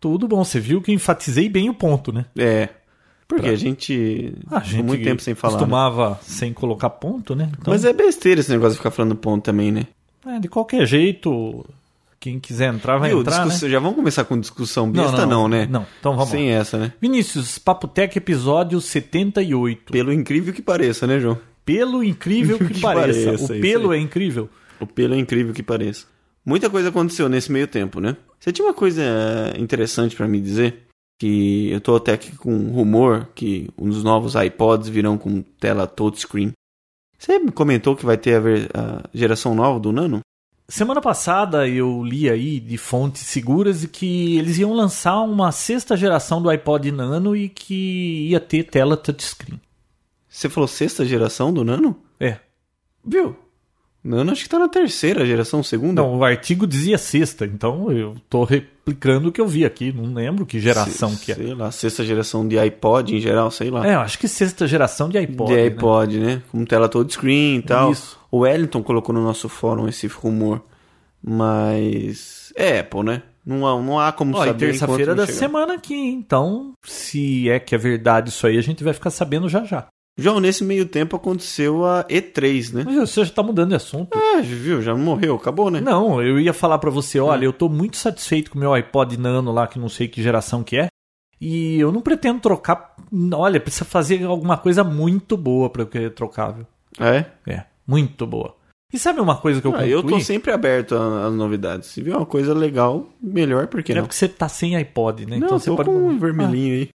Tudo bom, você viu que eu enfatizei bem o ponto, né? É. Porque Pra- a gente Ah, A ficou muito tempo sem falar. né? costumava sem colocar ponto, né? Então, Mas é besteira esse negócio de ficar falando ponto também, né? é, de qualquer jeito, quem quiser entrar vai Viu, entrar, né? discussão- Já vamos começar com discussão besta, não, né? Não, então vamos Sem lá. essa, né? Vinícius, Papotec episódio 78. Pelo incrível que pareça, né, João? Pelo incrível que, Que pareça. pareça, o isso pelo é aí. incrível. O pelo é incrível que pareça. Muita coisa aconteceu nesse meio tempo, né? Você tinha uma coisa eh, interessante pra me dizer? Que eu tô até aqui com um rumor que os novos iPods virão com tela touchscreen. Você me comentou que vai ter a, ver- a geração nova do Nano? Semana passada eu li aí de fontes seguras que eles iam lançar uma sexta geração do iPod Nano e que ia ter tela touchscreen. Você falou sexta geração do Nano? É. Viu? Nano acho que tá na terceira geração, segunda. Não, o artigo dizia sexta, então eu tô replicando o que eu vi aqui, não lembro que geração Se- que é. Sei lá, sexta geração de iPod em geral, sei lá. É, eu acho que sexta geração de iPod. de né? iPod, né? Com tela touchscreen e tal. Isso. O Wellington colocou no nosso fórum esse rumor. Mas. É Apple, né? Não há, não há como Ó, e saber. terça-feira enquanto não da chegar. semana aqui, então, se é que é verdade isso aí, a gente vai ficar sabendo já já. João, nesse meio tempo aconteceu a E3, né? Mas você já tá mudando de assunto. É, viu? Já morreu, acabou, né? Não, eu ia falar pra você, olha, Hum. eu tô muito satisfeito com o meu iPod Nano lá, que não sei que geração que é, e eu não pretendo trocar. Olha, precisa fazer alguma coisa muito boa pra eu querer trocar, viu? É. É, muito boa. E sabe uma coisa que eu Ah, concluí? eu tô sempre aberto a- às novidades. Se vier uma coisa legal, melhor, por que É não? porque você tá sem iPod, né? Não, então você tô pode... Ah. com um vermelhinho aí.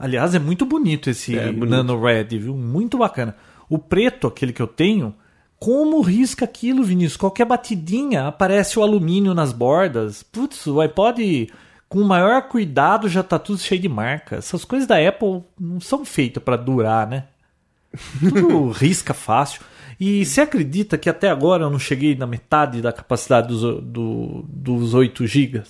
Aliás, é muito bonito esse É, bonito. Nano Red, viu? Muito bacana. O preto, aquele que eu tenho, como risca aquilo, Vinícius? Qualquer batidinha aparece o alumínio nas bordas. Putz, o iPod com o maior cuidado já tá tudo cheio de marca. Essas coisas da Apple não são feitas pra durar, né? Tudo risca fácil. E você acredita que até agora eu não cheguei na metade da capacidade dos, o- do- dos 8 GB?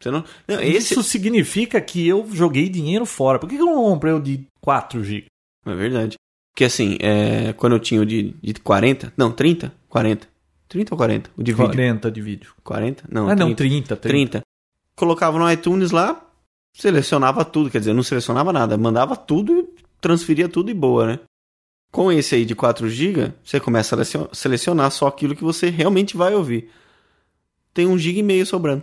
Você não... não, esse... Isso significa que eu joguei dinheiro fora. Por que que eu não comprei o de 4 GB? É verdade. Porque assim, é, quando eu tinha o de, de 40, não, 30, 40. 30 ou 40? O de vídeo. 40 de vídeo. 40? Não, ah, 30, não, 30. 30. 30. Colocava no iTunes lá, selecionava tudo, quer dizer, não selecionava nada, mandava tudo e transferia tudo e boa, né? Com esse aí de 4 GB, você começa a selecion- selecionar só aquilo que você realmente vai ouvir. Tem um GB e meio sobrando.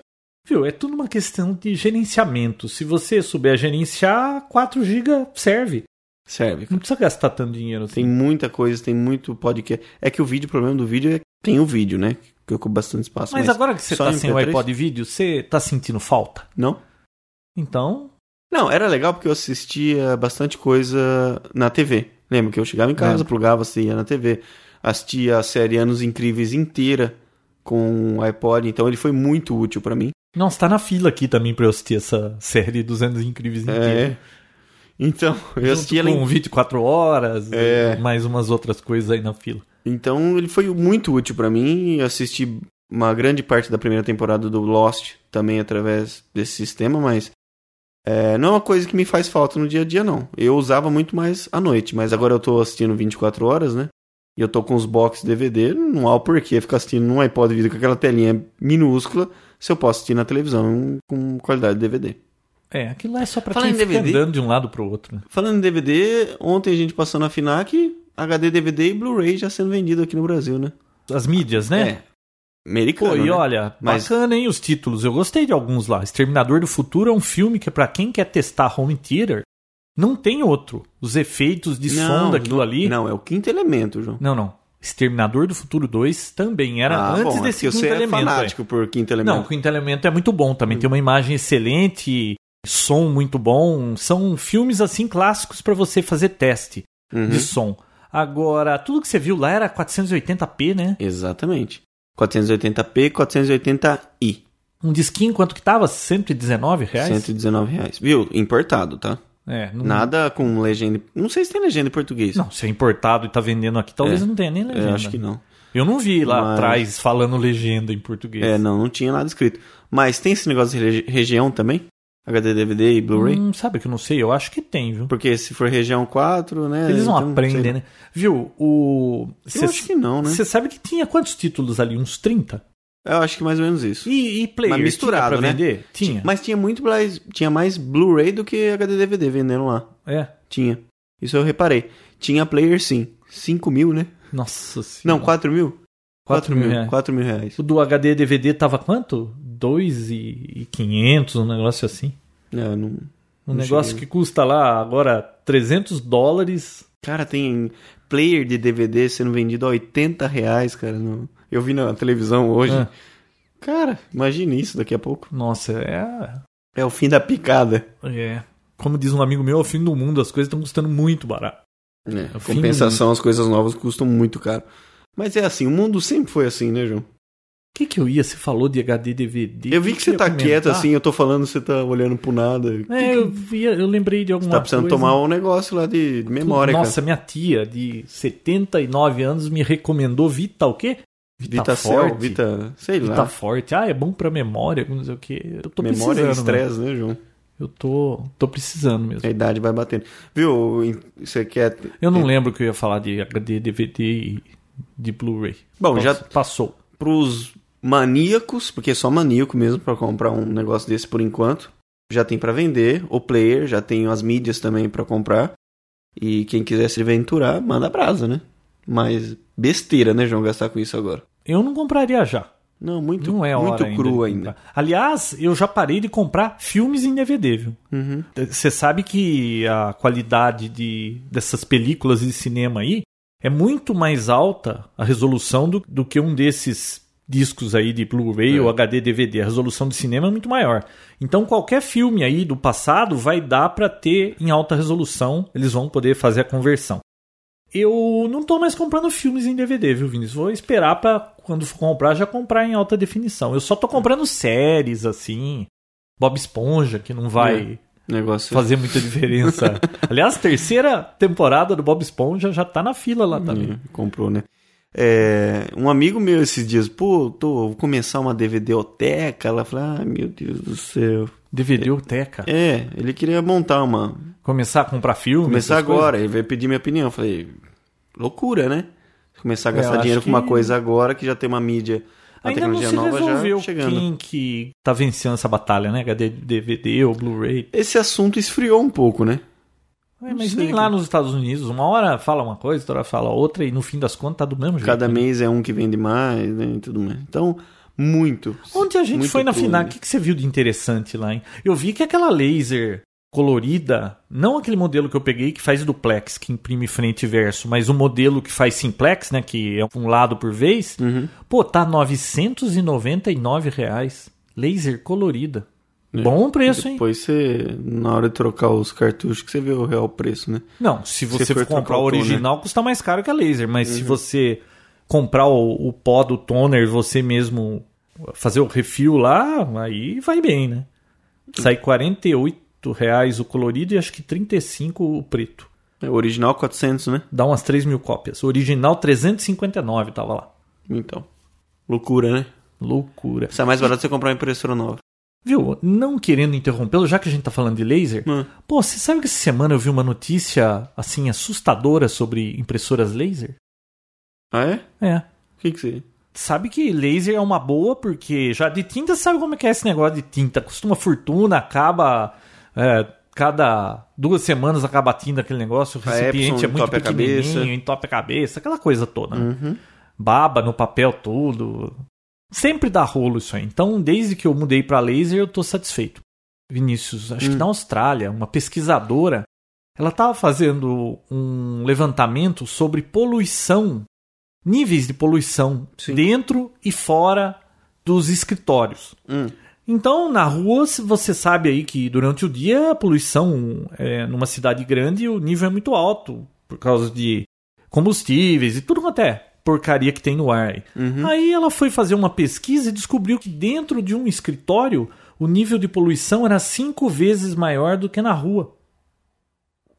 Viu? É tudo uma questão de gerenciamento. Se você souber gerenciar, 4 GB serve. Serve. Não precisa gastar tanto dinheiro assim. Tem muita coisa, tem muito podcast. É que o vídeo, o problema do vídeo é que tem o vídeo, né? Que ocupa bastante espaço. Mas agora que você só tá MP3? sem o iPod vídeo, você tá sentindo falta? Não? Então, Não, era legal porque eu assistia bastante coisa na TV. Lembro que eu chegava em casa, Lembro. plugava, assistia na TV. Assistia a série Anos Incríveis inteira com o iPod, então ele foi muito útil pra mim. não, você tá na fila aqui também pra eu assistir essa série dos anos incríveis inteira. É. Então, eu Junto assistia ela com em... 24 horas, É. mais umas outras coisas aí na fila. Então, ele foi muito útil pra mim. Eu assisti uma grande parte da primeira temporada do Lost também através desse sistema, mas é, não é uma coisa que me faz falta no dia a dia, não. Eu usava muito mais à noite, mas agora eu tô assistindo 24 horas, né? E eu tô com os box DVD, não há o porquê ficar assistindo num iPod vídeo com aquela telinha minúscula se eu posso assistir na televisão com qualidade DVD. É, aquilo lá é só pra Fala quem em fica DVD. andando de um lado pro outro. né? Falando em DVD, ontem a gente passou na FINAC, HD, DVD e Blu-ray já sendo vendido aqui no Brasil, né? As mídias, né? É. Americano, Pô, e né? olha, Mas- bacana, hein, os títulos. Eu gostei de alguns lá. Exterminador do Futuro é um filme que, pra quem quer testar home theater, não tem outro. Os efeitos de som daquilo não, ali. Não, é o quinto elemento, João. não, não. Exterminador do Futuro 2 também era Ah, antes bom, desse é quinto porque você elemento. é é. fanático por quinto elemento. Não, o quinto elemento é muito bom também. Tem uma imagem excelente, som muito bom. São filmes assim clássicos pra você fazer teste Uhum. de som. Agora, tudo que você viu lá era 480p, né? Exatamente. 480p, 480i. Um disquinho, quanto que tava? 119 reais? 119 reais. Viu? Importado, tá? É, não, Nada com legenda. Não sei se tem legenda em português. Não, se é importado e tá vendendo aqui, talvez É. não tenha nem É, legenda. acho que não. Eu não vi lá Mas- atrás falando legenda em português. É, não, não tinha nada escrito. Mas tem esse negócio de regi- região também? HD, DVD e Blu-ray? Hum, sabe que eu não sei? Eu acho que tem, viu? Porque se for região 4, né? Eles não então, sei aprendem, lá. né? Viu, o... Eu acho que não, né? Você sabe que tinha quantos títulos ali? Uns 30? Eu acho que mais ou menos isso. E, e player Mas misturado, tinha pra né? vender? Tinha. Mas tinha muito mais, tinha mais Blu-ray do que HD DVD vendendo lá. É. Tinha. Isso eu reparei. Tinha player sim. 5 mil, né? Nossa senhora. Não, 4 mil? 4 mil é. reais. 4 mil reais. O do HD DVD tava quanto? 2,500, um negócio assim. É, não... Um Não negócio cheguei. que custa lá agora 300 dólares. Cara, tem player de DVD sendo vendido a 80 reais, cara. no- Eu vi na televisão hoje. Ah. Cara, imagine isso daqui a pouco. Nossa, é, É o fim da picada. é. Como diz um amigo meu, ao fim do mundo as coisas estão custando muito barato. É, o fim compensação, as coisas novas custam muito caro. Mas é assim, o mundo sempre foi assim, né, João? O que, que eu ia? Você falou de HD DVD. Eu vi que você tá quieto quieto assim, eu tô falando, você tá olhando pro nada. É, eu, via- eu lembrei de Você alguma tá precisando coisa. tomar um negócio lá de de memória, Nossa, cara. minha tia de 79 anos me recomendou Vita o quê? Vita Cell, Forte. Vita, sei Vita lá. Forte. Ah, é bom pra memória, não sei o quê. Eu tô memória e precisando. mano. estresse, né, João? Eu tô, tô precisando mesmo. A idade vai batendo. Viu? Você quer. Eu não é, lembro que eu ia falar de HD, DVD e de Blu-ray. Bom, Pas- já- Passou. Pros maníacos, porque é só maníaco mesmo pra comprar um negócio desse por enquanto. Já tem pra vender, o player, já tem as mídias também pra comprar. E quem quiser se aventurar, manda brasa, né? Mas besteira, né, João, gastar com isso agora. Eu não compraria já. Não, muito, Não é a muito hora cru de ainda. comprar. Aliás, eu já parei de comprar filmes em DVD, viu? Uhum. Você sabe que a qualidade de, dessas películas de cinema aí é muito mais alta a resolução do, do que um desses discos aí de Blu-ray É. ou HD DVD. A resolução de cinema é muito maior. Então qualquer filme aí do passado vai dar para ter em alta resolução. Eles vão poder fazer a conversão. Eu não tô mais comprando filmes em DVD, viu, Vinícius? Vou esperar pra quando for comprar já comprar em alta definição. Eu só tô comprando séries assim, Bob Esponja, que não vai Negócio. fazer muita diferença. Aliás, terceira temporada do Bob Esponja já tá na fila lá também. Hum, comprou, né? É, um amigo meu esses dias, pô, tô, vou começar uma DVDoteca. Ela falou, ai meu Deus do céu. DVDoteca. É, ele queria montar uma. Começar a comprar filme. Começar essas coisas. agora, ele veio pedir minha opinião. Eu falei, loucura, né? Começar a É, gastar acho dinheiro com uma que- coisa agora que já tem uma mídia, a Ainda não tecnologia se um nova já resolveu chegando. quem que tá vencendo essa batalha, né? HD, DVD ou Blu-ray. Esse assunto esfriou um pouco, né? É, mas sei, nem lá cara. nos Estados Unidos, uma hora fala uma coisa, outra hora fala outra e no fim das contas tá do mesmo jeito. Cada né? mês é um que vende mais, né? E tudo mais. Então, muito. Ontem a gente muito foi na clube. FINAC, o que, que você viu de interessante lá, hein? Eu vi que aquela laser colorida, não aquele modelo que eu peguei que faz duplex, que imprime frente e verso, mas o modelo que faz simplex, né, que é um lado por vez, Uhum. pô, tá R$ 999 reais. Laser colorida. É. Bom preço, hein? Depois você, na hora de trocar os cartuchos, que você vê o real preço, né? Não, se você Se for for comprar trocar o Uhum. o toner. original, custa mais caro que a laser, mas se você comprar o, o pó do toner, você mesmo fazer o refil lá, aí vai bem, né? Sai R$ 48 reais o colorido e acho que 35 o preto. É o original 400, né? Dá umas 3 mil cópias. O original 359 tava lá. Então, loucura, né? Loucura. Isso é mais barato você comprar uma impressora nova. Viu, não querendo interrompê-lo, já que a gente tá falando de laser, Hum. pô, você sabe que essa semana eu vi uma notícia, assim, assustadora sobre impressoras laser? Ah, é? É. O que que você... sabe que laser é uma boa, porque já de tinta sabe como é que é esse negócio de tinta. Custa uma fortuna, acaba. é, cada duas semanas acaba a tinta aquele negócio, o A recipiente Epson é muito entope a pequenininho, cabeça. entope a cabeça, aquela coisa toda. né? Uhum. Baba no papel tudo. Sempre dá rolo isso aí. Então, desde que eu mudei pra laser, eu tô satisfeito. Vinícius, acho que Hum. na Austrália, uma pesquisadora, ela estava fazendo um levantamento sobre poluição, níveis de poluição Sim. dentro e fora dos escritórios. Hum. Então, na rua, se você sabe aí que durante o dia a poluição é, numa cidade grande, o nível é muito alto por causa de combustíveis e tudo quanto é porcaria que tem no ar. aí. Uhum. Aí ela foi fazer uma pesquisa e descobriu que dentro de um escritório o nível de poluição era cinco vezes maior do que na rua.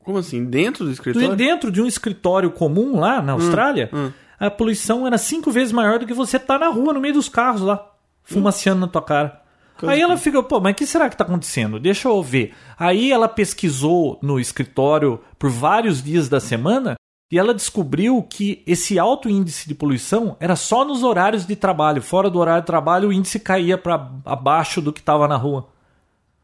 Como assim? Dentro do Tu ia escritório? dentro de um escritório comum lá na Austrália, hum. a poluição era cinco vezes maior do que você tá na rua, no meio dos carros lá, fumaciando na tua cara. Coisa Aí ela fica, pô, mas o que será que tá acontecendo? Deixa eu ver. Aí ela pesquisou no escritório por vários dias da semana e ela descobriu que esse alto índice de poluição era só nos horários de trabalho. Fora do horário de trabalho, o índice caía para abaixo do que estava na rua.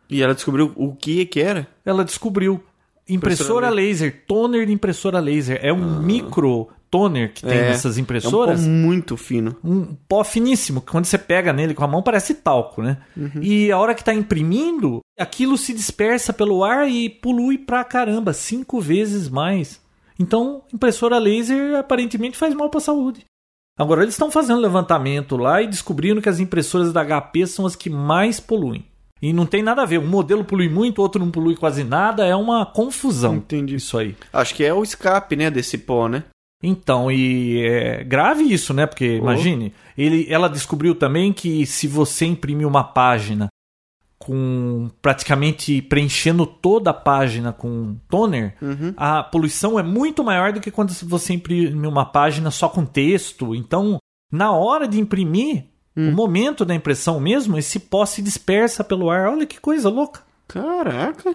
E ela descobriu o que que era? É um ela descobriu impressora Impressora Ah. laser, toner de impressora laser. É um micro toner que tem É, nessas impressoras. É um pó muito fino. um pó finíssimo, que quando você pega nele com a mão parece talco, né? E a hora que tá imprimindo, aquilo se dispersa pelo ar e polui pra caramba, cinco vezes mais. Então, impressora laser aparentemente faz mal pra saúde. Agora, eles estão fazendo levantamento lá e descobrindo que as impressoras da HP são as que mais poluem. E não tem nada a ver. Um modelo polui muito, outro não polui quase nada. É uma confusão Entendi. isso aí. Acho que é o escape, né, desse pó, né? Então, e é grave isso, né? Porque imagine, ele, ela descobriu também que se você imprimir uma página com praticamente preenchendo toda a página com toner, Uhum. a poluição é muito maior do que quando você imprime uma página só com texto. Então, na hora de imprimir, Hum. o momento da impressão mesmo, esse pó se dispersa pelo ar. Olha que coisa louca Caraca.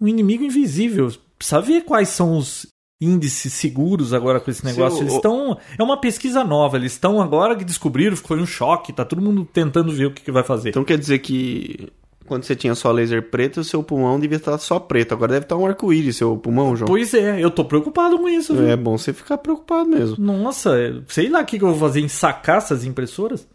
um inimigo invisível. Precisa ver quais são os índices seguros agora com esse negócio. Seu- Eles estão. É uma pesquisa nova. Eles estão agora que descobriram, ficou um choque. Tá todo mundo tentando ver o que, que vai fazer. Então quer dizer que quando você tinha só laser preto, o seu pulmão devia estar só preto. Agora deve estar um arco-íris seu pulmão, João. pois é, eu tô preocupado com isso, viu? É bom você ficar preocupado mesmo. Nossa, é- sei lá o que, que eu vou fazer em sacar essas impressoras.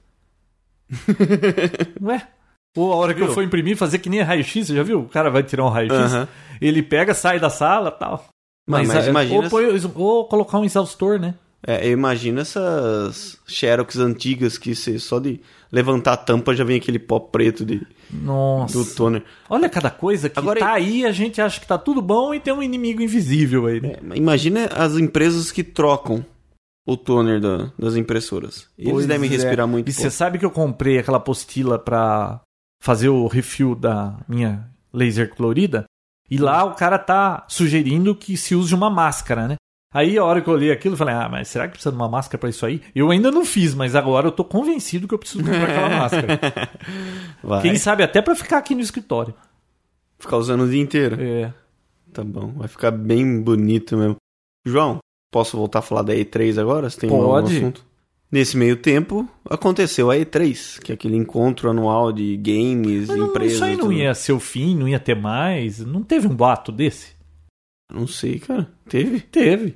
Ué? Ou a hora que eu Viu? for imprimir, fazer que nem raio-x, você já viu? O cara vai tirar um raio-x, Aham. ele pega, sai da sala tal. Mas, mas ah, imagina Ou, põe- ou colocar um exaustor, né? É, eu imagino essas Xerox antigas que você só de levantar a tampa já vem aquele pó preto de, Nossa. do toner. Olha cada coisa que Agora- tá aí, a gente acha que tá tudo bom e tem um inimigo invisível aí, né? É, mas imagina as empresas que trocam o toner da- das impressoras. Eles Pois devem é. respirar muito E você pouco. sabe que eu comprei aquela apostila pra fazer o refil da minha laser colorida? E lá o cara tá sugerindo que se use uma máscara, né? Aí a hora que eu olhei aquilo, eu falei, ah, mas será que precisa de uma máscara pra isso aí? Eu ainda não fiz, mas agora eu tô convencido que eu preciso comprar aquela máscara. Tá. Vai é- Quem sabe até pra ficar aqui no escritório. ficar usando o dia inteiro. É. Tá bom, vai ficar bem bonito mesmo. João, posso voltar a falar da E3 agora? Você tem algum Pode. assunto? Nesse meio tempo, aconteceu a E3, que é aquele encontro anual de games, Mas não, empresas. isso aí não tudo. ia ser o fim, não ia ter mais. Não teve um boato desse? Não sei, cara. Teve? Teve.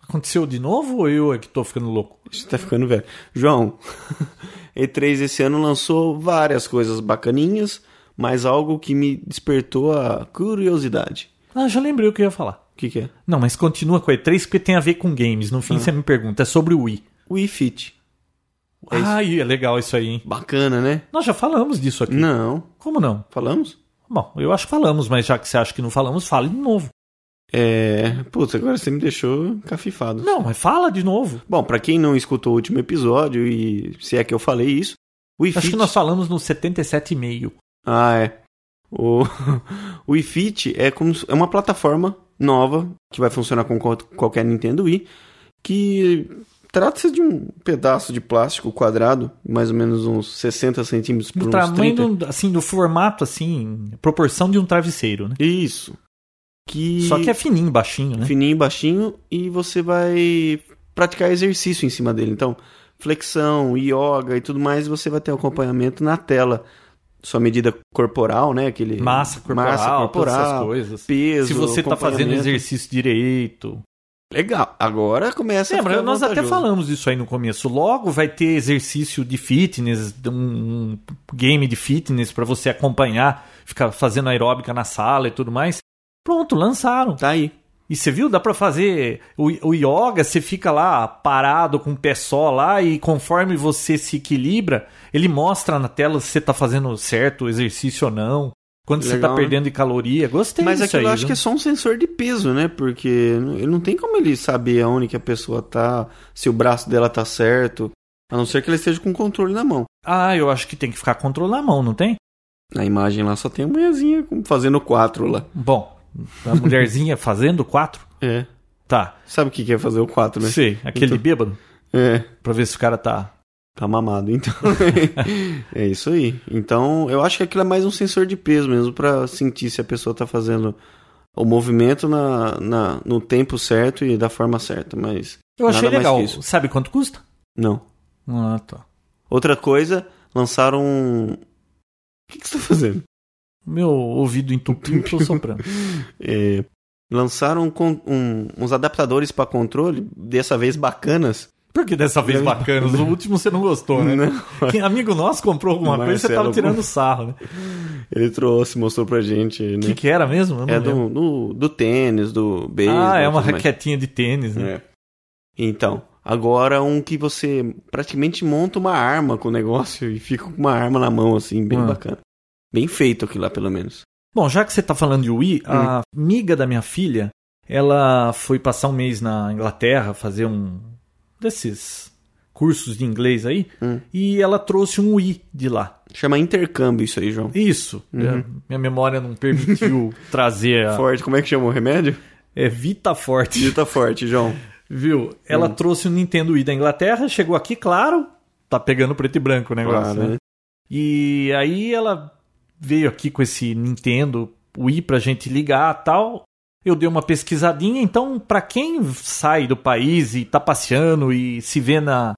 Aconteceu de novo ou eu é que tô ficando louco? Você tá ficando velho. João, E3 esse ano lançou várias coisas bacaninhas, mas algo que me despertou a curiosidade. Ah, já lembrei o que eu ia falar. O que, que é? Não, mas continua com a E3 porque tem a ver com games. No fim você me pergunta, é sobre o Wii. Wii Fit. É isso. ah, e é legal isso aí, hein? Hum. Bacana, né? Nós já falamos disso aqui. Não. Como não? Falamos? Bom, eu acho que falamos, mas já que você acha que não falamos, fala de novo. É. Putz, agora você me deixou cafifado. Não, mas fala de novo. Bom, pra quem não escutou o último episódio, e se é que eu falei isso, o Wii Acho Fit. que nós falamos no 77,5. Ah, é. O, o Wii Fit é, como, se- é uma plataforma nova que vai funcionar com qual- qualquer Nintendo Wii, que trata-se de um pedaço de plástico quadrado, mais ou menos uns 60 centímetros por Do uns 30. tamanho, do, assim, do formato, assim, proporção de um travesseiro, né? Isso. Que Só que é fininho, baixinho, né? fininho, baixinho, e você vai praticar exercício em cima dele. Então, flexão, yoga e tudo mais, você vai ter acompanhamento na tela. Sua medida corporal, né? Aquele Massa corporal, massa todas essas corporal, coisas. peso, Se você tá fazendo acompanhamento. exercício direito. Legal, agora começa a Lembra, ficar é, nós até vantajoso. falamos disso aí no começo. Logo vai ter exercício de fitness, de um um game de fitness pra você acompanhar, ficar fazendo aeróbica na sala e tudo mais. Pronto, lançaram. Tá aí. E você viu? Dá pra fazer o, o yoga, você fica lá parado com o pé só lá e conforme você se equilibra, ele mostra na tela se você tá fazendo certo o exercício ou não. Quando você Legal, tá né? perdendo de caloria. Gostei Mas disso aquilo eu aí, né? acho que viu? é só um sensor de peso, né? Porque ele não tem como ele saber aonde que a pessoa tá, se o braço dela tá certo, a não ser que ele esteja com o controle na mão. Ah, eu acho que tem que ficar controlando a mão, não tem? Na imagem lá só tem a mulherzinha com- fazendo quatro lá. Bom, A mulherzinha fazendo quatro? É. Tá. Sabe o que que é fazer o 4, né? Sei, aquele Então- bêbado. É. Pra ver se o cara tá. Tá mamado, então. é isso aí. Então, eu acho que aquilo é mais um sensor de peso mesmo, pra sentir se a pessoa tá fazendo o movimento na, na, no tempo certo e da forma certa, mas Eu achei Nada mais legal. que isso. Sabe quanto custa? não. Ah, tá. Outra coisa, lançaram um... O que, que você tá fazendo? Meu ouvido entupiu, tô soprando. É, lançaram um con- um- uns adaptadores pra controle, dessa vez bacanas. Porque dessa vez bacanas, o último você não gostou, né? Quem- Amigo nosso comprou alguma coisa e você tava Marcelo, tirando sarro, né? Ele trouxe, mostrou pra gente, O né? que, que era mesmo? Eu não É lembro. do, do, do tênis, do beisebol. Ah, é uma né, tudo mais. raquetinha de tênis, né? É. Então, agora um que você praticamente monta uma arma com o negócio e fica com uma arma na mão, assim, bem Ah. bacana. Bem feito aquilo lá, pelo menos. Bom, já que você tá falando de Wii, Hum. a amiga da minha filha, ela foi passar um mês na Inglaterra fazer um desses cursos de inglês aí, Hum. e ela trouxe um Wii de lá. Chama intercâmbio isso aí, João. Isso. É, Uhum. minha memória não permitiu trazer a... Forte, como é que chama o remédio? É Vita Forte. Dita forte, João. Viu? Ela Uhum. trouxe o Nintendo Wii da Inglaterra, chegou aqui, claro, tá pegando preto e branco o negócio, Claro, né? né? E aí ela veio aqui com esse Nintendo Wii pra gente ligar e tal. Eu dei uma pesquisadinha, então pra quem sai do país e tá passeando e se vê na,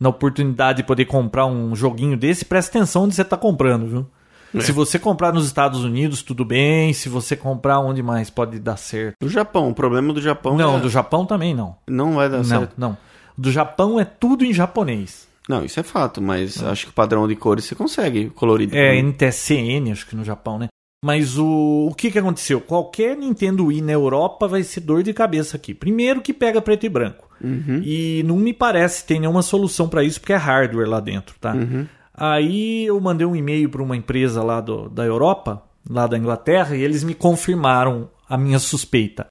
na oportunidade de poder comprar um joguinho desse, presta atenção onde você tá comprando, viu? É. Se você comprar nos Estados Unidos, tudo bem. Se você comprar onde mais pode dar certo. Do Japão, o problema do Japão Não, é- do Japão também não. não vai dar Não, certo. não. Do Japão é tudo em japonês. Não, isso é fato, mas acho que o padrão de cores você consegue colorido. Ah. É NTSN, acho que no Japão, né? Mas o, o que, que aconteceu? Qualquer Nintendo Wii na Europa vai ser dor de cabeça aqui. Primeiro que pega preto e branco. Uhum. E não me parece ter nenhuma solução pra isso, porque é hardware lá dentro, tá? Uhum. Aí eu mandei um e-mail pra uma empresa lá do- da Europa, lá da Inglaterra, e eles me confirmaram a minha suspeita.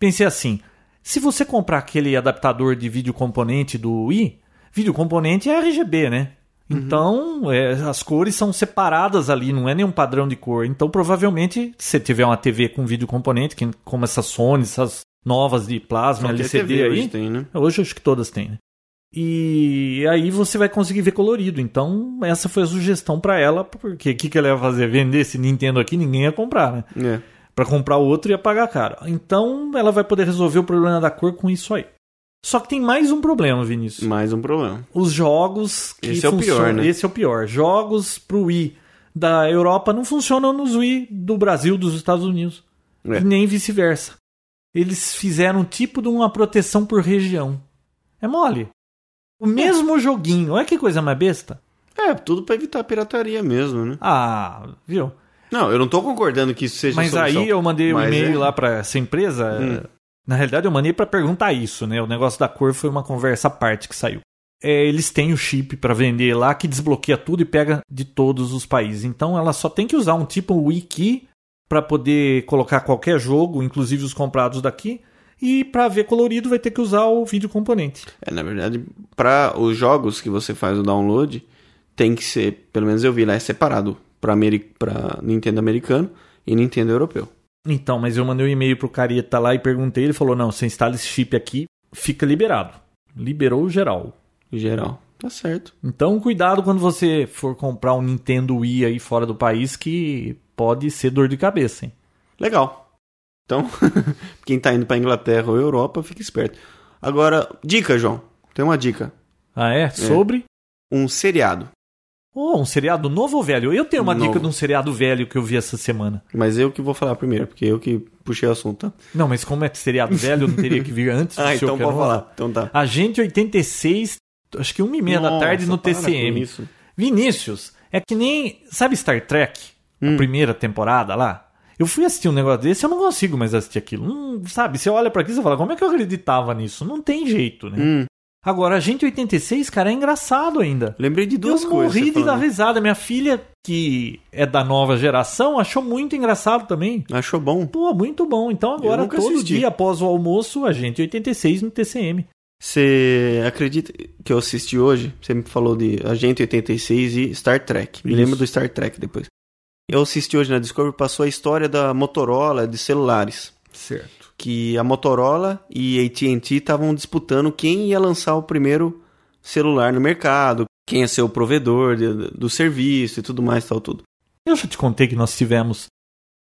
Pensei assim: se você comprar aquele adaptador de vídeo componente do Wii, vídeo componente é RGB, né? Então é, as cores são separadas ali, não é nenhum padrão de cor. Então provavelmente, se você tiver uma TV com vídeo componente, que- como essas Sony, essas novas de plasma, Qualquer LCD TV aí, hoje tem, né? É, Hoje acho que todas têm, né? E aí você vai conseguir ver colorido. Então, essa foi a sugestão pra ela, porque o que, que ela ia fazer? Vender esse Nintendo aqui, ninguém ia comprar, né? É. Pra comprar o outro ia pagar caro. Então, ela vai poder resolver o problema da cor com isso aí. Só que tem mais um problema, Vinícius. Mais um problema. Os jogos que Esse é o funcionam- pior, né? Esse é o pior. Jogos pro Wii da Europa não funcionam nos Wii do Brasil, dos Estados Unidos. É. E nem vice-versa. Eles fizeram tipo de uma proteção por região. É mole. O mesmo joguinho. Olha que coisa mais besta. É, tudo pra evitar a pirataria mesmo, né? Ah, viu? Não, eu não tô concordando que isso seja Mas solução. aí eu mandei um Mas e-mail é. lá pra essa empresa. Hum. Na realidade, eu mandei pra perguntar isso, né? O negócio da cor foi uma conversa à parte que saiu. É, eles têm o chip pra vender lá que desbloqueia tudo e pega de todos os países. Então ela só tem que usar um tipo wiki pra poder colocar qualquer jogo, inclusive os comprados daqui. E pra ver colorido vai ter que usar o vídeo componente. É, na verdade, para os jogos que você faz o download, tem que ser, pelo menos eu vi lá, é separado para Nintendo americano e Nintendo europeu. Então, mas eu mandei um e-mail pro Careta lá e perguntei. Ele falou: não, você instala esse chip aqui, fica liberado. Liberou geral. Em geral. Tá certo. Então, cuidado quando você for comprar um Nintendo Wii aí fora do país, que pode ser dor de cabeça, hein? Legal. Então, quem tá indo pra Inglaterra ou Europa, fica esperto. Agora, dica, João. Tem uma dica. Ah, é? Sobre. Um seriado. Oh, um seriado novo ou velho? Eu tenho uma Novo. dica de um seriado velho que eu vi essa semana. Mas eu que vou falar primeiro, porque eu que puxei o assunto, tá? Não, mas como é que seriado velho, eu não teria que vir antes do Ah, seu então canal. pode falar. Então tá. Agente 86, acho que uma e meia da Nossa, tarde no para com TCM. isso. Vinícius, é que nem. Sabe Star Trek? A Hum. primeira temporada lá? Eu fui assistir um negócio desse, eu não consigo mais assistir aquilo. Não, sabe, você olha pra aquilo e fala, como é que eu acreditava nisso? Não tem jeito, né? Hum, Agora, a gente 86, cara, é engraçado ainda. lembrei de duas eu coisas. morri você né? de dar falando. risada. Minha filha, que é da nova geração, achou muito engraçado também. Achou bom? Pô, muito bom. Então agora, nunca todo assisti. dia após o almoço, a gente 86 no TCM. Você acredita que eu assisti hoje? Você me falou de Agente 86 e Star Trek. Me Isso. lembro do Star Trek depois. Eu assisti hoje na Discovery, passou a história da Motorola de celulares. Certo. Que a Motorola e AT&T estavam disputando quem ia lançar o primeiro celular no mercado, quem ia ser o provedor de- do serviço e tudo mais, tal, tudo. Eu já te contei que nós tivemos,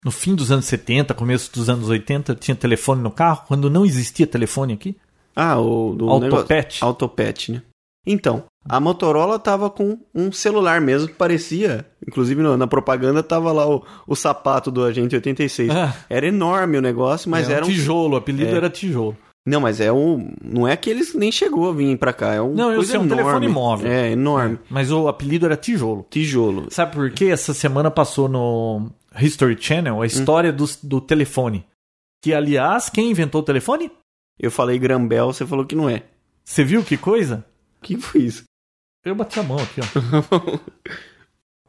no fim dos anos 70, começo dos anos 80, tinha telefone no carro, quando não existia telefone aqui. Ah, o do negócio- Autopet. Autopet, né? Então, a Motorola tava com um celular mesmo que parecia, inclusive na, na propaganda tava lá o, o sapato do agente 86. Ah. Era enorme o negócio, mas É, era um tijolo, o apelido É. era tijolo. Não, mas é um, não é que eles nem chegou a vir pra cá, é um Não, eu coisa sei, é um enorme. telefone móvel. É, enorme. Mas o apelido era tijolo. Tijolo. Sabe por quê? Essa semana passou no History Channel Hum. a história do, do telefone. Que, aliás, quem inventou o telefone? Eu falei Grambel, você falou que não é. Você viu que coisa? Que foi isso? Eu bati a mão aqui, ó.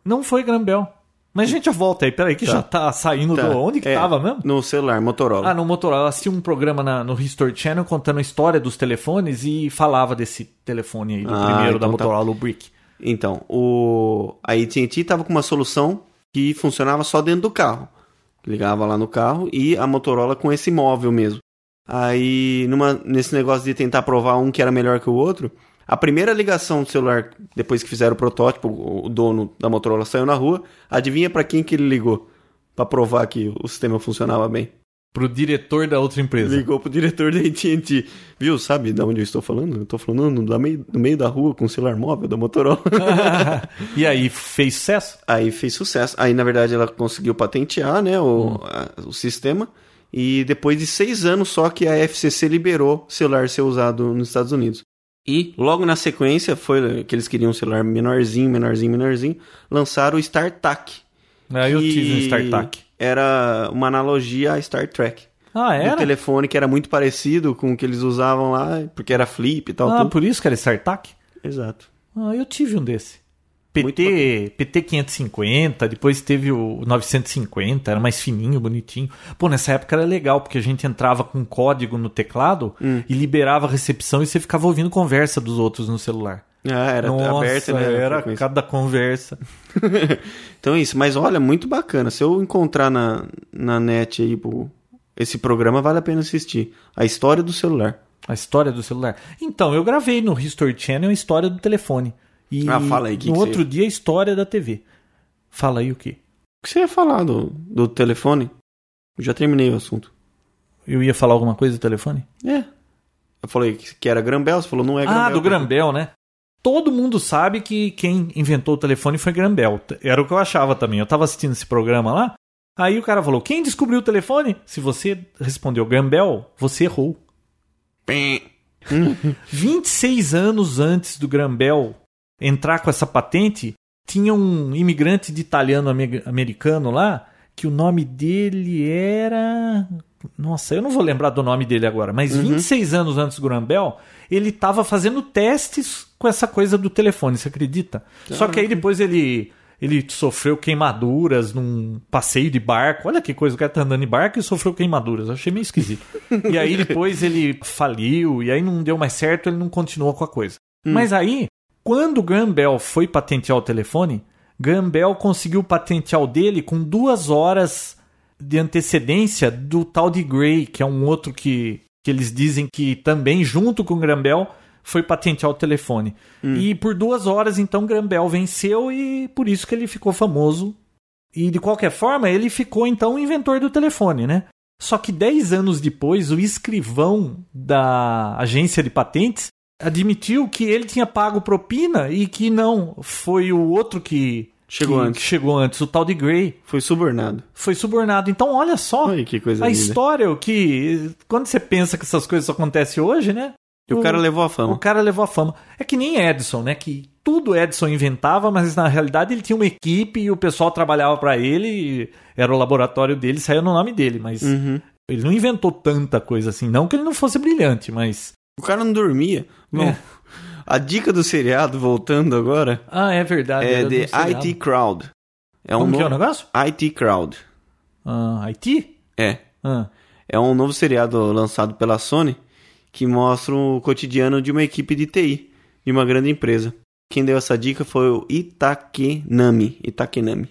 não foi Grambel. Mas a gente já volta aí, peraí, que Tá. já tá saindo Tá, do. Onde que é. tava mesmo? No celular, Motorola. Ah, no Motorola. Eu assisti um programa na- no History Channel contando a história dos telefones e falava desse telefone aí, do Ah, primeiro da então tá. Motorola, o Brick. Então, o a AT&T tava com uma solução que funcionava só dentro do carro. Ligava lá no carro e a Motorola com esse móvel mesmo. Aí, numa- nesse negócio de tentar provar um que era melhor que o outro, a primeira ligação do celular, depois que fizeram o protótipo, o o dono da Motorola saiu na rua, adivinha pra quem que ele ligou? Pra provar que o sistema funcionava bem. Pro diretor da outra empresa. Ligou pro diretor da AT&T. Viu, sabe da onde eu estou falando? Eu tô falando no, da meio- no meio da rua com o celular móvel da Motorola. e aí, fez sucesso? Aí fez sucesso. Aí, na verdade, ela conseguiu patentear né, Hum. o, a- o sistema. E depois de seis anos só que a FCC liberou o celular ser usado nos Estados Unidos. E logo na sequência, foi que eles queriam um celular menorzinho, menorzinho, menorzinho. Lançaram o StarTAC. Aí eu que tive um StarTAC. Era uma analogia a Star Trek. Ah, O era? telefone que era muito parecido com o que eles usavam lá, porque era flip e tal. Ah, tudo. por isso que era StarTAC? Exato. Ah, eu tive um desse. Muito PT, PT 550, depois teve o 950, era mais fininho, bonitinho. Pô, nessa época era legal, porque a gente entrava com código no teclado Hum. e liberava a recepção e você ficava ouvindo conversa dos outros no celular. Ah, era Nossa, aberto, né? a era frequência. cada conversa. Então é isso, mas olha, muito bacana. Se eu encontrar na, na net aí pô, esse programa, vale a pena assistir. A história do celular. A história do celular. Então, eu gravei no History Channel a história do telefone. E Ah, fala aí, que no que outro você- dia a história da TV. Fala aí o quê? O que você ia falar do, do telefone? Eu já terminei o assunto. Eu ia falar alguma coisa do telefone? É. Eu falei que que era Grambel, você falou não é Grambel. ah, do Grambel, né? Todo mundo sabe que quem inventou o telefone foi Grambel. T- Era o que eu achava também. Eu tava assistindo esse programa lá. Aí o cara falou: quem descobriu o telefone? Se você respondeu Grambel, você errou. Pim. 26 anos antes do Grambel entrar com essa patente, tinha um imigrante de italiano ame- americano lá, que o nome dele era. Nossa, eu não vou lembrar do nome dele agora, mas 26 anos antes do Grambel, ele estava fazendo testes com essa coisa do telefone, você acredita? Só que aí depois ele. Ele sofreu queimaduras num passeio de barco. Olha que coisa, o cara tá andando de barco e sofreu queimaduras. Eu achei meio esquisito. e aí depois ele faliu, e aí não deu mais certo, ele não continuou com a coisa. Mas aí, quando o Graham Bell foi patentear o telefone, Graham Bell conseguiu patentear o dele com duas horas de antecedência do tal de Gray, que é um outro que, que eles dizem que também, junto com o Graham Bell, foi patentear o telefone. Hum. E por duas horas, então, Graham Bell venceu e por isso que ele ficou famoso. E de qualquer forma, ele ficou então o inventor do telefone, né? Só que 10 anos depois, o escrivão da agência de patentes admitiu que ele tinha pago propina e que não foi o outro que Chegou que- antes. que chegou antes, o tal de Gray, Foi subornado. foi subornado. Então, olha só Olha que coisa a linda. história, o que quando você pensa que essas coisas acontecem hoje, né? E o cara levou a O fama. cara levou a fama. É que nem Edison, né? Que tudo Edison inventava, mas na realidade ele tinha uma equipe e o pessoal trabalhava pra ele, e era o laboratório dele, saiu no nome dele, mas Uhum. ele não inventou tanta coisa assim, não que ele não fosse brilhante, mas O cara não dormia. Bom, É. a dica do seriado, voltando agora, ah, é verdade. é eu de não sei nada. IT Crowd. É um Como que é o novo... negócio? IT Crowd. Ah, IT? É. Ah, É um novo seriado lançado pela Sony que mostra o cotidiano de uma equipe de TI, de uma grande empresa. Quem deu essa dica foi o Itakenami. Itakenami.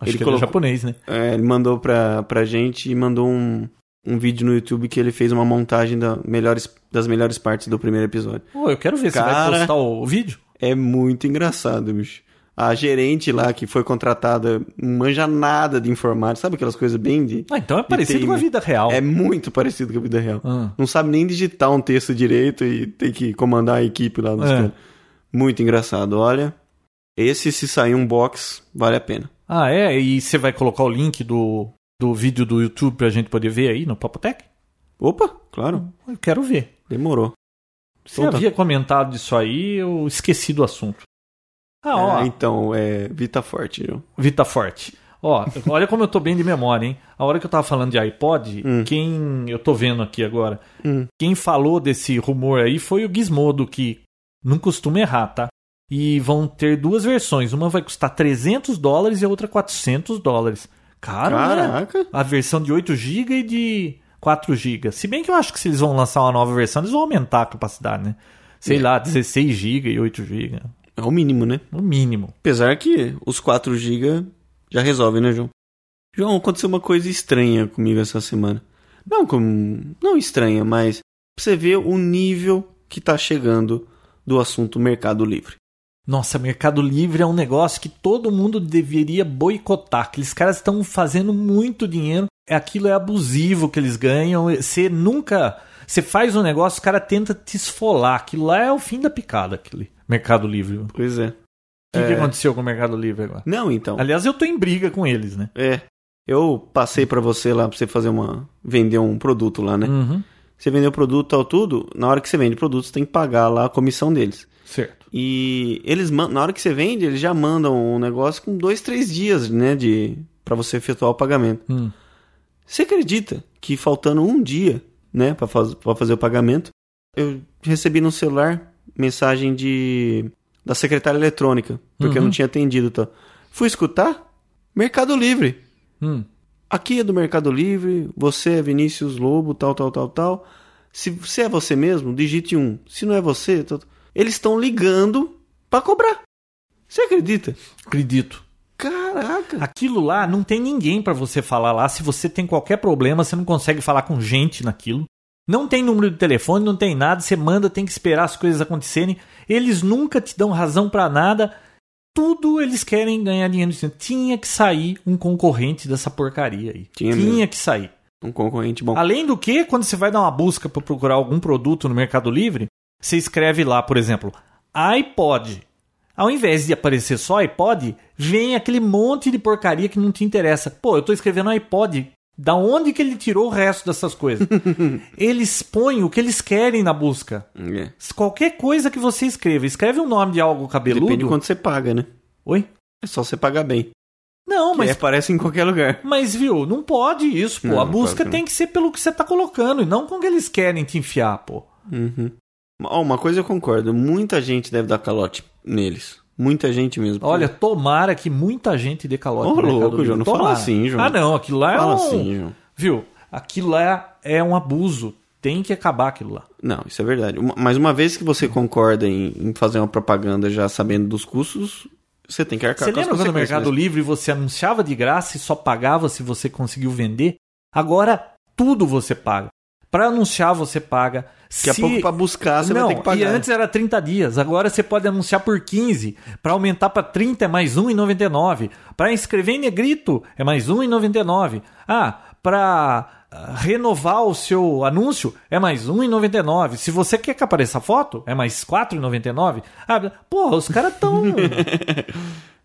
Acho Ele que colocou- ele é japonês, né? É, ele mandou pra, pra gente e mandou um, um vídeo no YouTube que ele fez uma montagem da melhores, das melhores partes do primeiro episódio. Pô, eu quero ver se vai Cara- postar o o vídeo. É muito engraçado, bicho. A gerente lá que foi contratada não manja nada de informática, sabe aquelas coisas bem de. Ah, então é parecido tem, com a né? vida real. É muito parecido com a vida real. Ah. Não sabe nem digitar um texto direito e tem que comandar a equipe lá nos É. caras. Muito engraçado, olha. Esse, se sair um box, vale a pena. Ah, é? E você vai colocar o link do, do vídeo do YouTube pra gente poder ver aí no Papotec? Opa, claro, Eu quero ver. demorou. Você Então tá. havia comentado disso aí, eu esqueci do assunto. Ah, ó, É, então, é. Vita Forte, João. Vita Forte. Ó, olha como eu tô bem de memória, hein? A hora que eu tava falando de iPod, Hum. quem eu tô vendo aqui agora, Hum. quem falou desse rumor aí foi o Gizmodo, que não costuma errar, tá? E vão ter duas versões. Uma vai custar 300 dólares e a outra 400 dólares. Caro, né? Caraca. a versão de 8 GB e de 4 GB. Se bem que eu acho que se eles vão lançar uma nova versão, eles vão aumentar a capacidade, né? Sei lá, 16 GB e 8 GB, É o mínimo, né? no mínimo. Apesar que os 4 GB já resolve, né, João? João, aconteceu uma coisa estranha comigo essa semana. Não com... não estranha, mas pra você ver o nível que tá chegando do assunto Mercado Livre. Nossa, Mercado Livre é um negócio que todo mundo deveria boicotar. Aqueles caras estão fazendo muito dinheiro. É, Aquilo é abusivo que eles ganham. Você nunca. Você faz um negócio, o cara tenta te esfolar. Aquilo lá é o fim da picada, aquele Mercado Livre. O Pois é. que, que É. aconteceu com o Mercado Livre agora? Não, então. Aliás, eu tô em briga com eles, né? É. Eu passei pra você lá pra você fazer uma vender um produto lá, né? Uhum. Você vendeu o produto tal tudo, na hora que você vende produto, você tem que pagar lá a comissão deles. Certo. E eles man- na hora que você vende, eles já mandam um negócio com dois, três dias, né, de para você efetuar o pagamento. Hum. Você acredita que faltando um dia, né, para fazer o pagamento, eu recebi no celular mensagem de da secretária eletrônica, porque eu Uhum. não tinha atendido, tá? Fui escutar Mercado Livre. Hum. Aqui é do Mercado Livre, você é Vinícius Lobo, tal, tal, tal, tal. Se você é você mesmo, digite um. Se não é você, tal, tal. eles estão ligando pra cobrar. Você acredita? Acredito. Caraca! Aquilo lá não tem ninguém pra você falar lá. Se você tem qualquer problema, você não consegue falar com gente naquilo. Não tem número de telefone, não tem nada. Você manda, tem que esperar as coisas acontecerem. Eles nunca te dão razão pra nada. Tudo eles querem ganhar dinheiro. de você. Tinha que sair um concorrente dessa porcaria aí. Tinha que sair. Um concorrente bom. Além do que, quando você vai dar uma busca para procurar algum produto no Mercado Livre, você escreve lá, por exemplo, iPod. Ao invés de aparecer só iPod, vem aquele monte de porcaria que não te interessa. Pô, eu tô escrevendo um iPod. Da onde que ele tirou o resto dessas coisas? eles põem o que eles querem na busca. É. Se Qualquer coisa que você escreva, escreve o nome de algo cabeludo. Depende de quanto você paga, né? Oi? É só você pagar bem. Não, Mas mas aparece em qualquer lugar. Mas, viu, não pode isso, pô. é. Não, a não busca pode, não. tem que ser pelo que você tá colocando e não com o que eles querem te enfiar, pô. Uhum. Ó, uma coisa eu concordo, muita gente deve dar calote neles. Muita gente mesmo. Olha, tomara que muita gente dê calote. Ô, no Mercado louco, Livre. João, não fala Tomara. assim, João. Ah, não, aquilo lá fala é um... assim, João. Viu, aquilo lá é um abuso. Tem que acabar aquilo lá. Não, isso é verdade. Uma- Mas uma vez que você concorda em, em fazer uma propaganda já sabendo dos custos, você tem que arcar Você com as lembra quando o consequências, Mercado né? Livre você anunciava de graça e só pagava se você conseguiu vender? Agora, tudo você paga. Pra anunciar, você paga. Daqui a Se- pouco pra buscar, você não, vai ter que pagar. e antes era 30 dias, agora você pode anunciar por 15, para aumentar para 30 é mais 1,99, para inscrever em negrito é mais 1,99. Ah, para renovar o seu anúncio é mais 1,99. Se você quer que apareça a foto, é mais 4,99. Ah, porra, os caras tão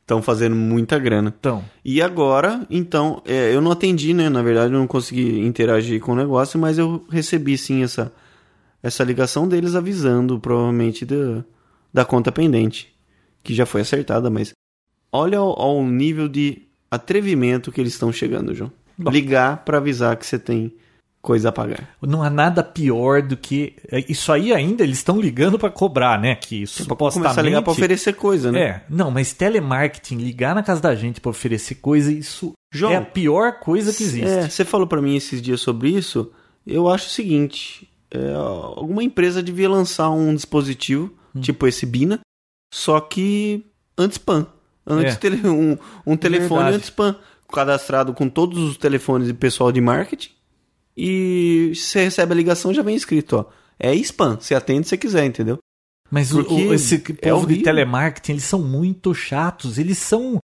Estão fazendo muita grana. tão. E agora, então, é, eu não atendi, né? Na verdade, eu não consegui interagir com o negócio, mas eu recebi sim essa, essa ligação deles avisando, provavelmente, da, da conta pendente, que já foi acertada, mas olha ao, ao nível de atrevimento que eles estão chegando, João. Bom. Ligar pra avisar que você tem coisa a pagar. Não há nada pior do que é, isso aí ainda eles estão ligando para cobrar, né, que supostamente Tipo, Começar a ligar pra oferecer coisa, né? É, não, mas telemarketing, ligar na casa da gente pra oferecer coisa, isso João, é a pior coisa que existe. É, você falou pra mim esses dias sobre isso. Eu acho o seguinte: é, alguma empresa devia Hum. lançar um dispositivo, tipo esse Bina, só que anti-spam, antes É. tele- um, um telefone Verdade. anti-spam cadastrado com todos os telefones e pessoal de marketing. E você recebe a ligação já vem escrito, ó. É spam, você atende se quiser, entendeu? Mas o- Porque o- esse é povo de horrível. telemarketing, eles são muito chatos, eles são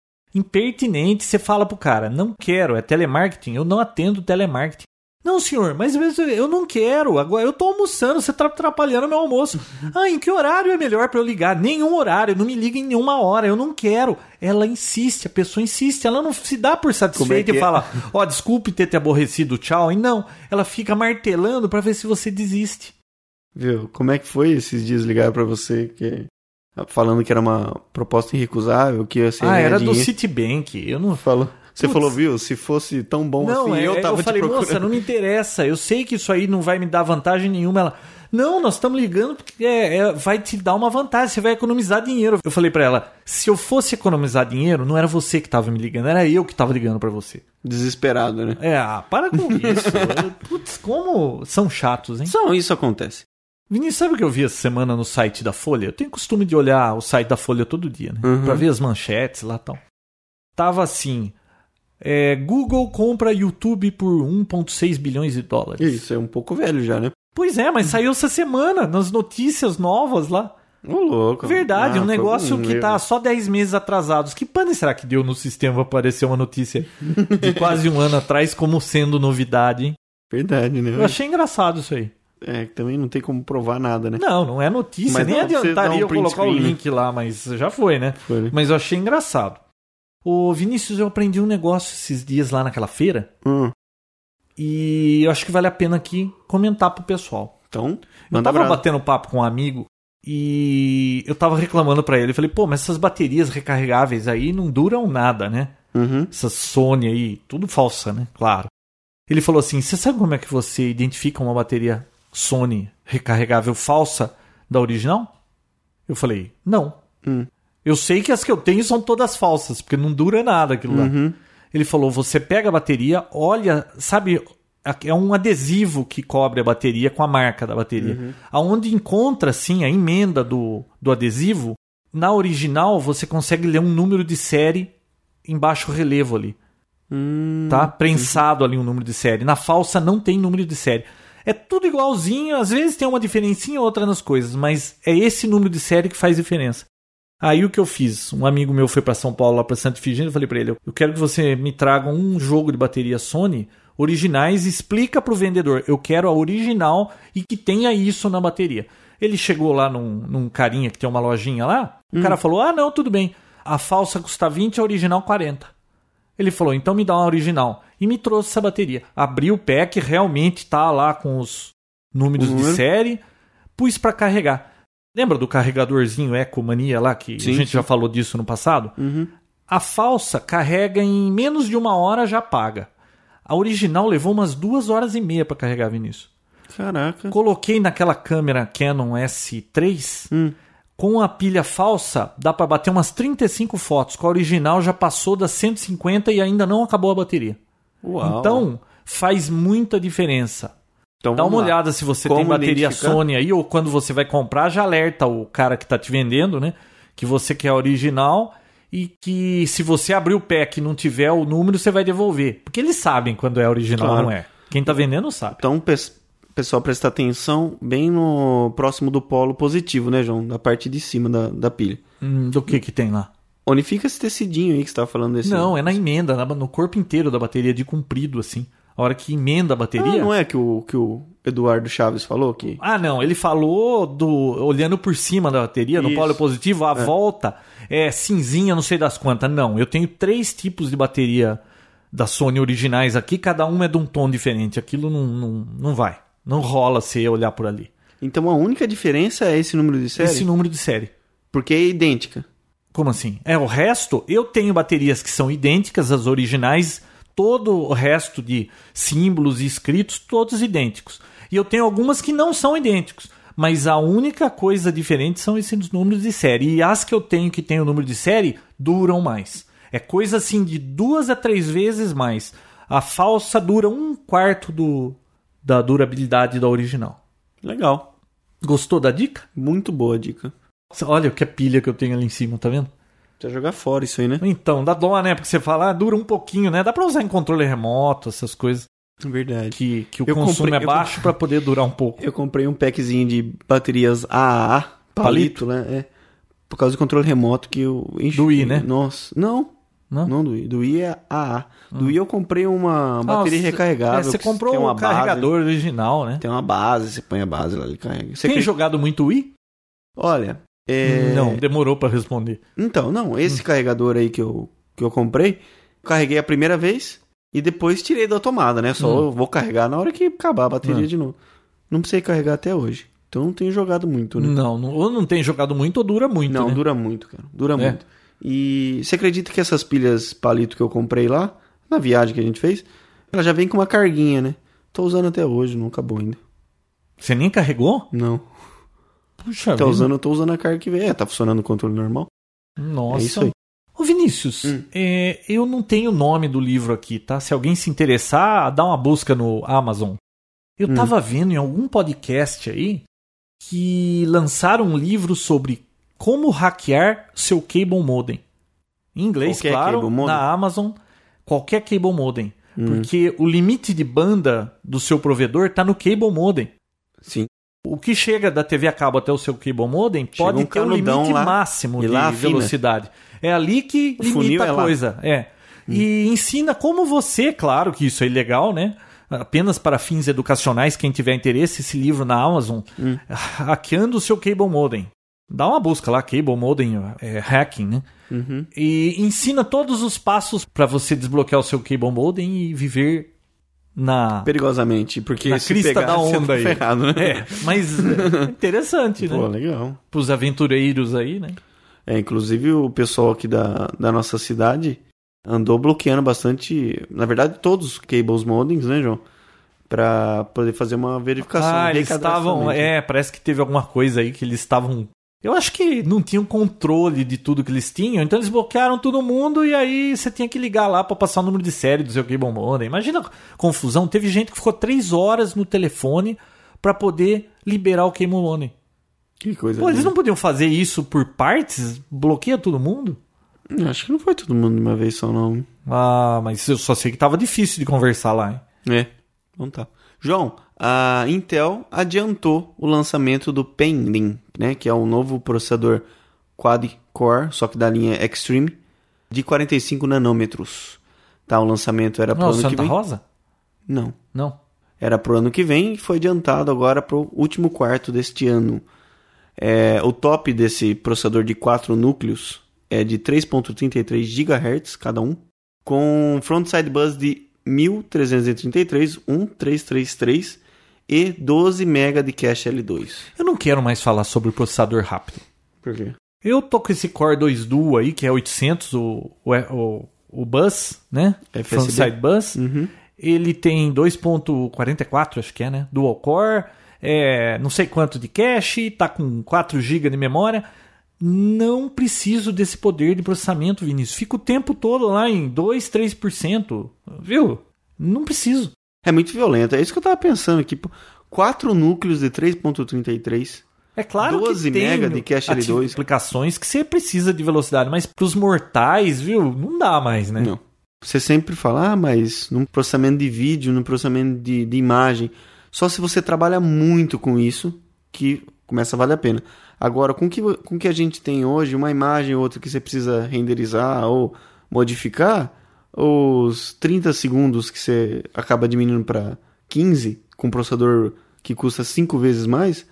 impertinentes. Você fala pro cara, não quero, é telemarketing, eu não atendo telemarketing. Não, senhor, mas eu- eu não quero. Agora eu tô almoçando, você tá atrapalhando meu almoço. Ah, em que horário é melhor pra eu ligar? Nenhum horário, não me liga em nenhuma hora, eu não quero. Ela insiste, a pessoa insiste, ela não se dá por satisfeita e que é? fala: "Ó, desculpe ter te aborrecido, tchau". E não, ela fica martelando pra ver se você desiste. Viu? Como é que foi esses dias ligar pra você que falando que era uma proposta irrecusável, que ia ser ah, era do dinheiro? Citibank. Eu não Falou. Você Putz. falou, viu? Se fosse tão bom assim, é, eu tava te falei, procurando. moça, não me interessa. Eu sei que isso aí não vai me dar vantagem nenhuma. Ela, não, nós estamos ligando porque é- é- vai te dar uma vantagem, você vai economizar dinheiro. Eu falei pra ela, se eu fosse economizar dinheiro, não era você que tava me ligando, era eu que tava ligando pra você. Desesperado, né? É, ah, para com isso. Eu- Putz, como são chatos, hein? Só isso acontece. Vinícius, sabe o que eu vi essa semana no site da Folha? Eu tenho costume de olhar o site da Folha todo dia, né? Uhum. Pra ver as manchetes lá e tal. Tava assim: é, Google compra YouTube por 1,6 bilhões de dólares. Isso é um pouco velho já, né? Pois é, mas saiu essa semana, nas notícias novas lá. Ô, louco. Verdade, Ah, um foi negócio um que erro. tá só 10 meses atrasados. Que pane será que deu no sistema pra aparecer uma notícia de quase um ano atrás como sendo novidade, hein? Verdade, né? Eu achei engraçado isso aí. É, que também não tem como provar nada, né? Não, não é notícia, Mas nem não, você dá adiantaria um eu print colocar o screen, né? link lá, mas já foi, né? Foi, né? Mas eu achei engraçado. Ô, Vinícius, eu aprendi um negócio esses dias lá naquela feira Hum, e eu acho que vale a pena aqui comentar pro pessoal. então, Eu manda tava abraço. batendo papo com um amigo e eu tava reclamando pra ele. Eu falei, pô, mas essas baterias recarregáveis aí não duram nada, né? Uhum. Essa Sony aí, tudo falsa, né? Claro. Ele falou assim: você sabe como é que você identifica uma bateria Sony recarregável falsa da original? Eu falei, não. Hum. Eu sei que as que eu tenho são todas falsas, porque não dura nada aquilo lá. Uhum. Ele falou: você pega a bateria, olha, sabe, é um adesivo que cobre a bateria com a marca da bateria. Uhum. Aonde encontra, assim, a emenda do, do adesivo, na original você consegue ler um número de série em baixo relevo ali Hum, tá? Prensado ali um número de série. Na falsa não tem número de série. É tudo igualzinho, às vezes tem uma diferencinha ou outra nas coisas, mas é esse número de série que faz diferença. Aí o que eu fiz? Um amigo meu foi para São Paulo, lá para Santa Efigênia, eu falei para ele: "Eu quero que você me traga um jogo de bateria Sony originais, e explica pro vendedor, eu quero a original e que tenha isso na bateria". Ele chegou lá num, num carinha que tem uma lojinha lá, o cara falou: "Ah, não, tudo bem. A falsa custa 20, a original 40". Ele falou, então me dá uma original. E me trouxe essa bateria. Abri o pack, realmente tá lá com os números de O número. série. Pus pra carregar. Lembra do carregadorzinho Ecomania lá, que Sim, a gente sim. já falou disso no passado? Uhum. A falsa carrega em menos de uma hora já paga. A original levou umas duas horas e meia pra carregar, Vinícius. Caraca. Coloquei naquela câmera Canon S3 Hum. com a pilha falsa, dá pra bater umas 35 fotos. Com a original já passou das 150 e ainda não acabou a bateria. Uau. Então, faz muita diferença. Então, Dá vamos uma lá. olhada se você Como tem bateria identificar? Sony aí, ou quando você vai comprar, já alerta o cara que tá te vendendo, né? Que você quer a original e que se você abrir o pack e não tiver o número, você vai devolver. Porque eles sabem quando é original ou Claro. não é. Quem tá vendendo sabe. Então, pes- pessoal, prestar atenção bem no próximo do polo positivo, né, João? Da parte de cima da, da pilha. Hum, do que que tem lá? Onde fica esse tecidinho aí que você tava falando desse. Não, é na emenda, na- no corpo inteiro da bateria, de comprido, assim. A hora que emenda a Ah, bateria. não é que o, que o Eduardo Chaves falou que. Ah, não, ele falou do olhando por cima da bateria, no Isso. polo positivo, a volta é cinzinha, não sei das quantas. Não, eu tenho três tipos de bateria da Sony originais aqui, cada uma é de um tom diferente. Aquilo não, não, não vai. Não rola se olhar por ali. Então a única diferença é esse número de série? Esse número de série. Porque é idêntica. Como assim? É, o resto, eu tenho baterias que são idênticas às originais, todo o resto de símbolos e escritos, todos idênticos. E eu tenho algumas que não são idênticos, mas a única coisa diferente são esses números de série. E as que eu tenho que tem o número de série duram mais. É coisa assim de duas a três vezes mais. A falsa dura um quarto do, da durabilidade da original. Legal. Gostou da dica? Muito boa a dica. Olha que pilha que eu tenho ali em cima, tá vendo? Precisa jogar fora isso aí, né? Então, dá dó, né? Porque você fala, ah, dura um pouquinho, né? Dá pra usar em controle remoto, essas coisas Verdade. que, que o Eu consumo comprei- é eu baixo pra poder durar um pouco. Eu comprei um packzinho de baterias AA, Palito? palito, né? É. por causa do controle remoto que eu enchi. Do I, né? Nossa. Não. Não? do I. Do I é AA. Do I eu comprei uma bateria você- recarregável. é, você que comprou tem uma o carregador original, né? Base, um tem uma base, você põe a base lá, ele carrega. Você Tem acredita- jogado muito Wii? Olha. é, Não, demorou pra responder. Então, não, esse Hum. carregador aí que eu, que eu comprei, carreguei a primeira vez e depois tirei da tomada, né? Só Hum. eu vou carregar na hora que acabar a bateria Hum. de novo. Não precisei carregar até hoje. Então não tenho jogado muito, né? Não, não, ou não tem jogado muito ou dura muito, não, né? dura muito, cara. Dura É. muito. E você acredita que essas pilhas palito que eu comprei lá, na viagem que a gente fez, ela já vem com uma carguinha, né? Tô usando até hoje, não acabou ainda. Você nem carregou? Não. Puxa Tá vida. usando, eu tô usando a carga que vem. É, tá funcionando o controle normal. Nossa. É isso aí. Ô Vinícius, Hum. é, eu não tenho o nome do livro aqui, tá? Se alguém se interessar, dá uma busca no Amazon. Eu Hum. tava vendo em algum podcast aí que lançaram um livro sobre como hackear seu cable modem. Em inglês, Qualquer claro, cable modem? Hum. na Amazon, qualquer cable modem. Porque o limite de banda do seu provedor tá no cable modem. Sim. O que chega da TV a cabo até o seu cable modem Chega pode um ter um canudão limite lá, máximo de e lá afina. velocidade. É ali que O funil limita é a lá. Hum. coisa. É. E ensina como você, claro que isso é ilegal, né? Apenas para fins educacionais, quem tiver interesse, esse livro na Amazon, Hum. hackeando o seu cable modem. Dá uma busca lá, cable modem, é, hacking, né? Uhum. E ensina todos os passos para você desbloquear o seu cable modem e viver na Perigosamente, porque Na se crista pegar, da você tá onda aí. ferrado, né? É, mas é interessante, né? Pô, legal. Para os aventureiros aí, né? É, inclusive o pessoal aqui da, da nossa cidade andou bloqueando bastante, na verdade todos os cables modems, né, João? Pra poder fazer uma verificação. Ah, um eles estavam. recadastramento. É, parece que teve alguma coisa aí que eles estavam. Eu acho que não tinham controle de tudo que eles tinham, então eles bloquearam todo mundo e aí você tinha que ligar lá para passar o número de série do seu cable modem. Imagina a confusão. Teve gente que ficou três horas no telefone para poder liberar o cable modem. Que coisa. Pô, eles linda. não podiam fazer isso por partes? Bloqueia todo mundo? Acho que não foi todo mundo de uma vez só, não. Ah, mas eu só sei que tava difícil de conversar lá, hein? É. Então tá. João, a Intel adiantou o lançamento do Penguin, né? Que é um novo processador quad-core, só que da linha Extreme, de 45 nanômetros. Tá, o lançamento era pro Não, ano que Santa vem. Rosa? Não. Não. Era pro ano que vem e foi adiantado agora pro último quarto deste ano. É, o top desse processador de quatro núcleos é de 3.33 GHz cada um, com frontside bus de 1333, 1333 e 12 MB de cache L2. Eu não quero mais falar sobre processador rápido. Por quê? Eu tô com esse Core 2 Duo aí, que é 800, o, o, é, o, o bus, né? FSB. Frontside bus. Hum. Uhum. Ele tem 2.44, acho que é, né? Dual core, é, não sei quanto de cache, tá com 4 GB de memória. Não preciso desse poder de processamento, Vinícius. Fica o tempo todo lá em 2, 3%, viu? Não preciso. É muito violento, é isso que eu tava pensando aqui. pô. Quatro núcleos de 3.33. É claro 12 que tem mega de cache ati- L2. aplicações que você precisa de velocidade, mas pros mortais, viu? Não dá mais, né? Não. Você sempre fala, ah, mas num processamento de vídeo, num processamento de, de imagem. Só se você trabalha muito com isso que começa a valer a pena. Agora, com que, vo- com que a gente tem hoje, uma imagem ou outra que você precisa renderizar ou modificar, os 30 segundos que você acaba diminuindo para 15, com um processador que custa 5 vezes mais,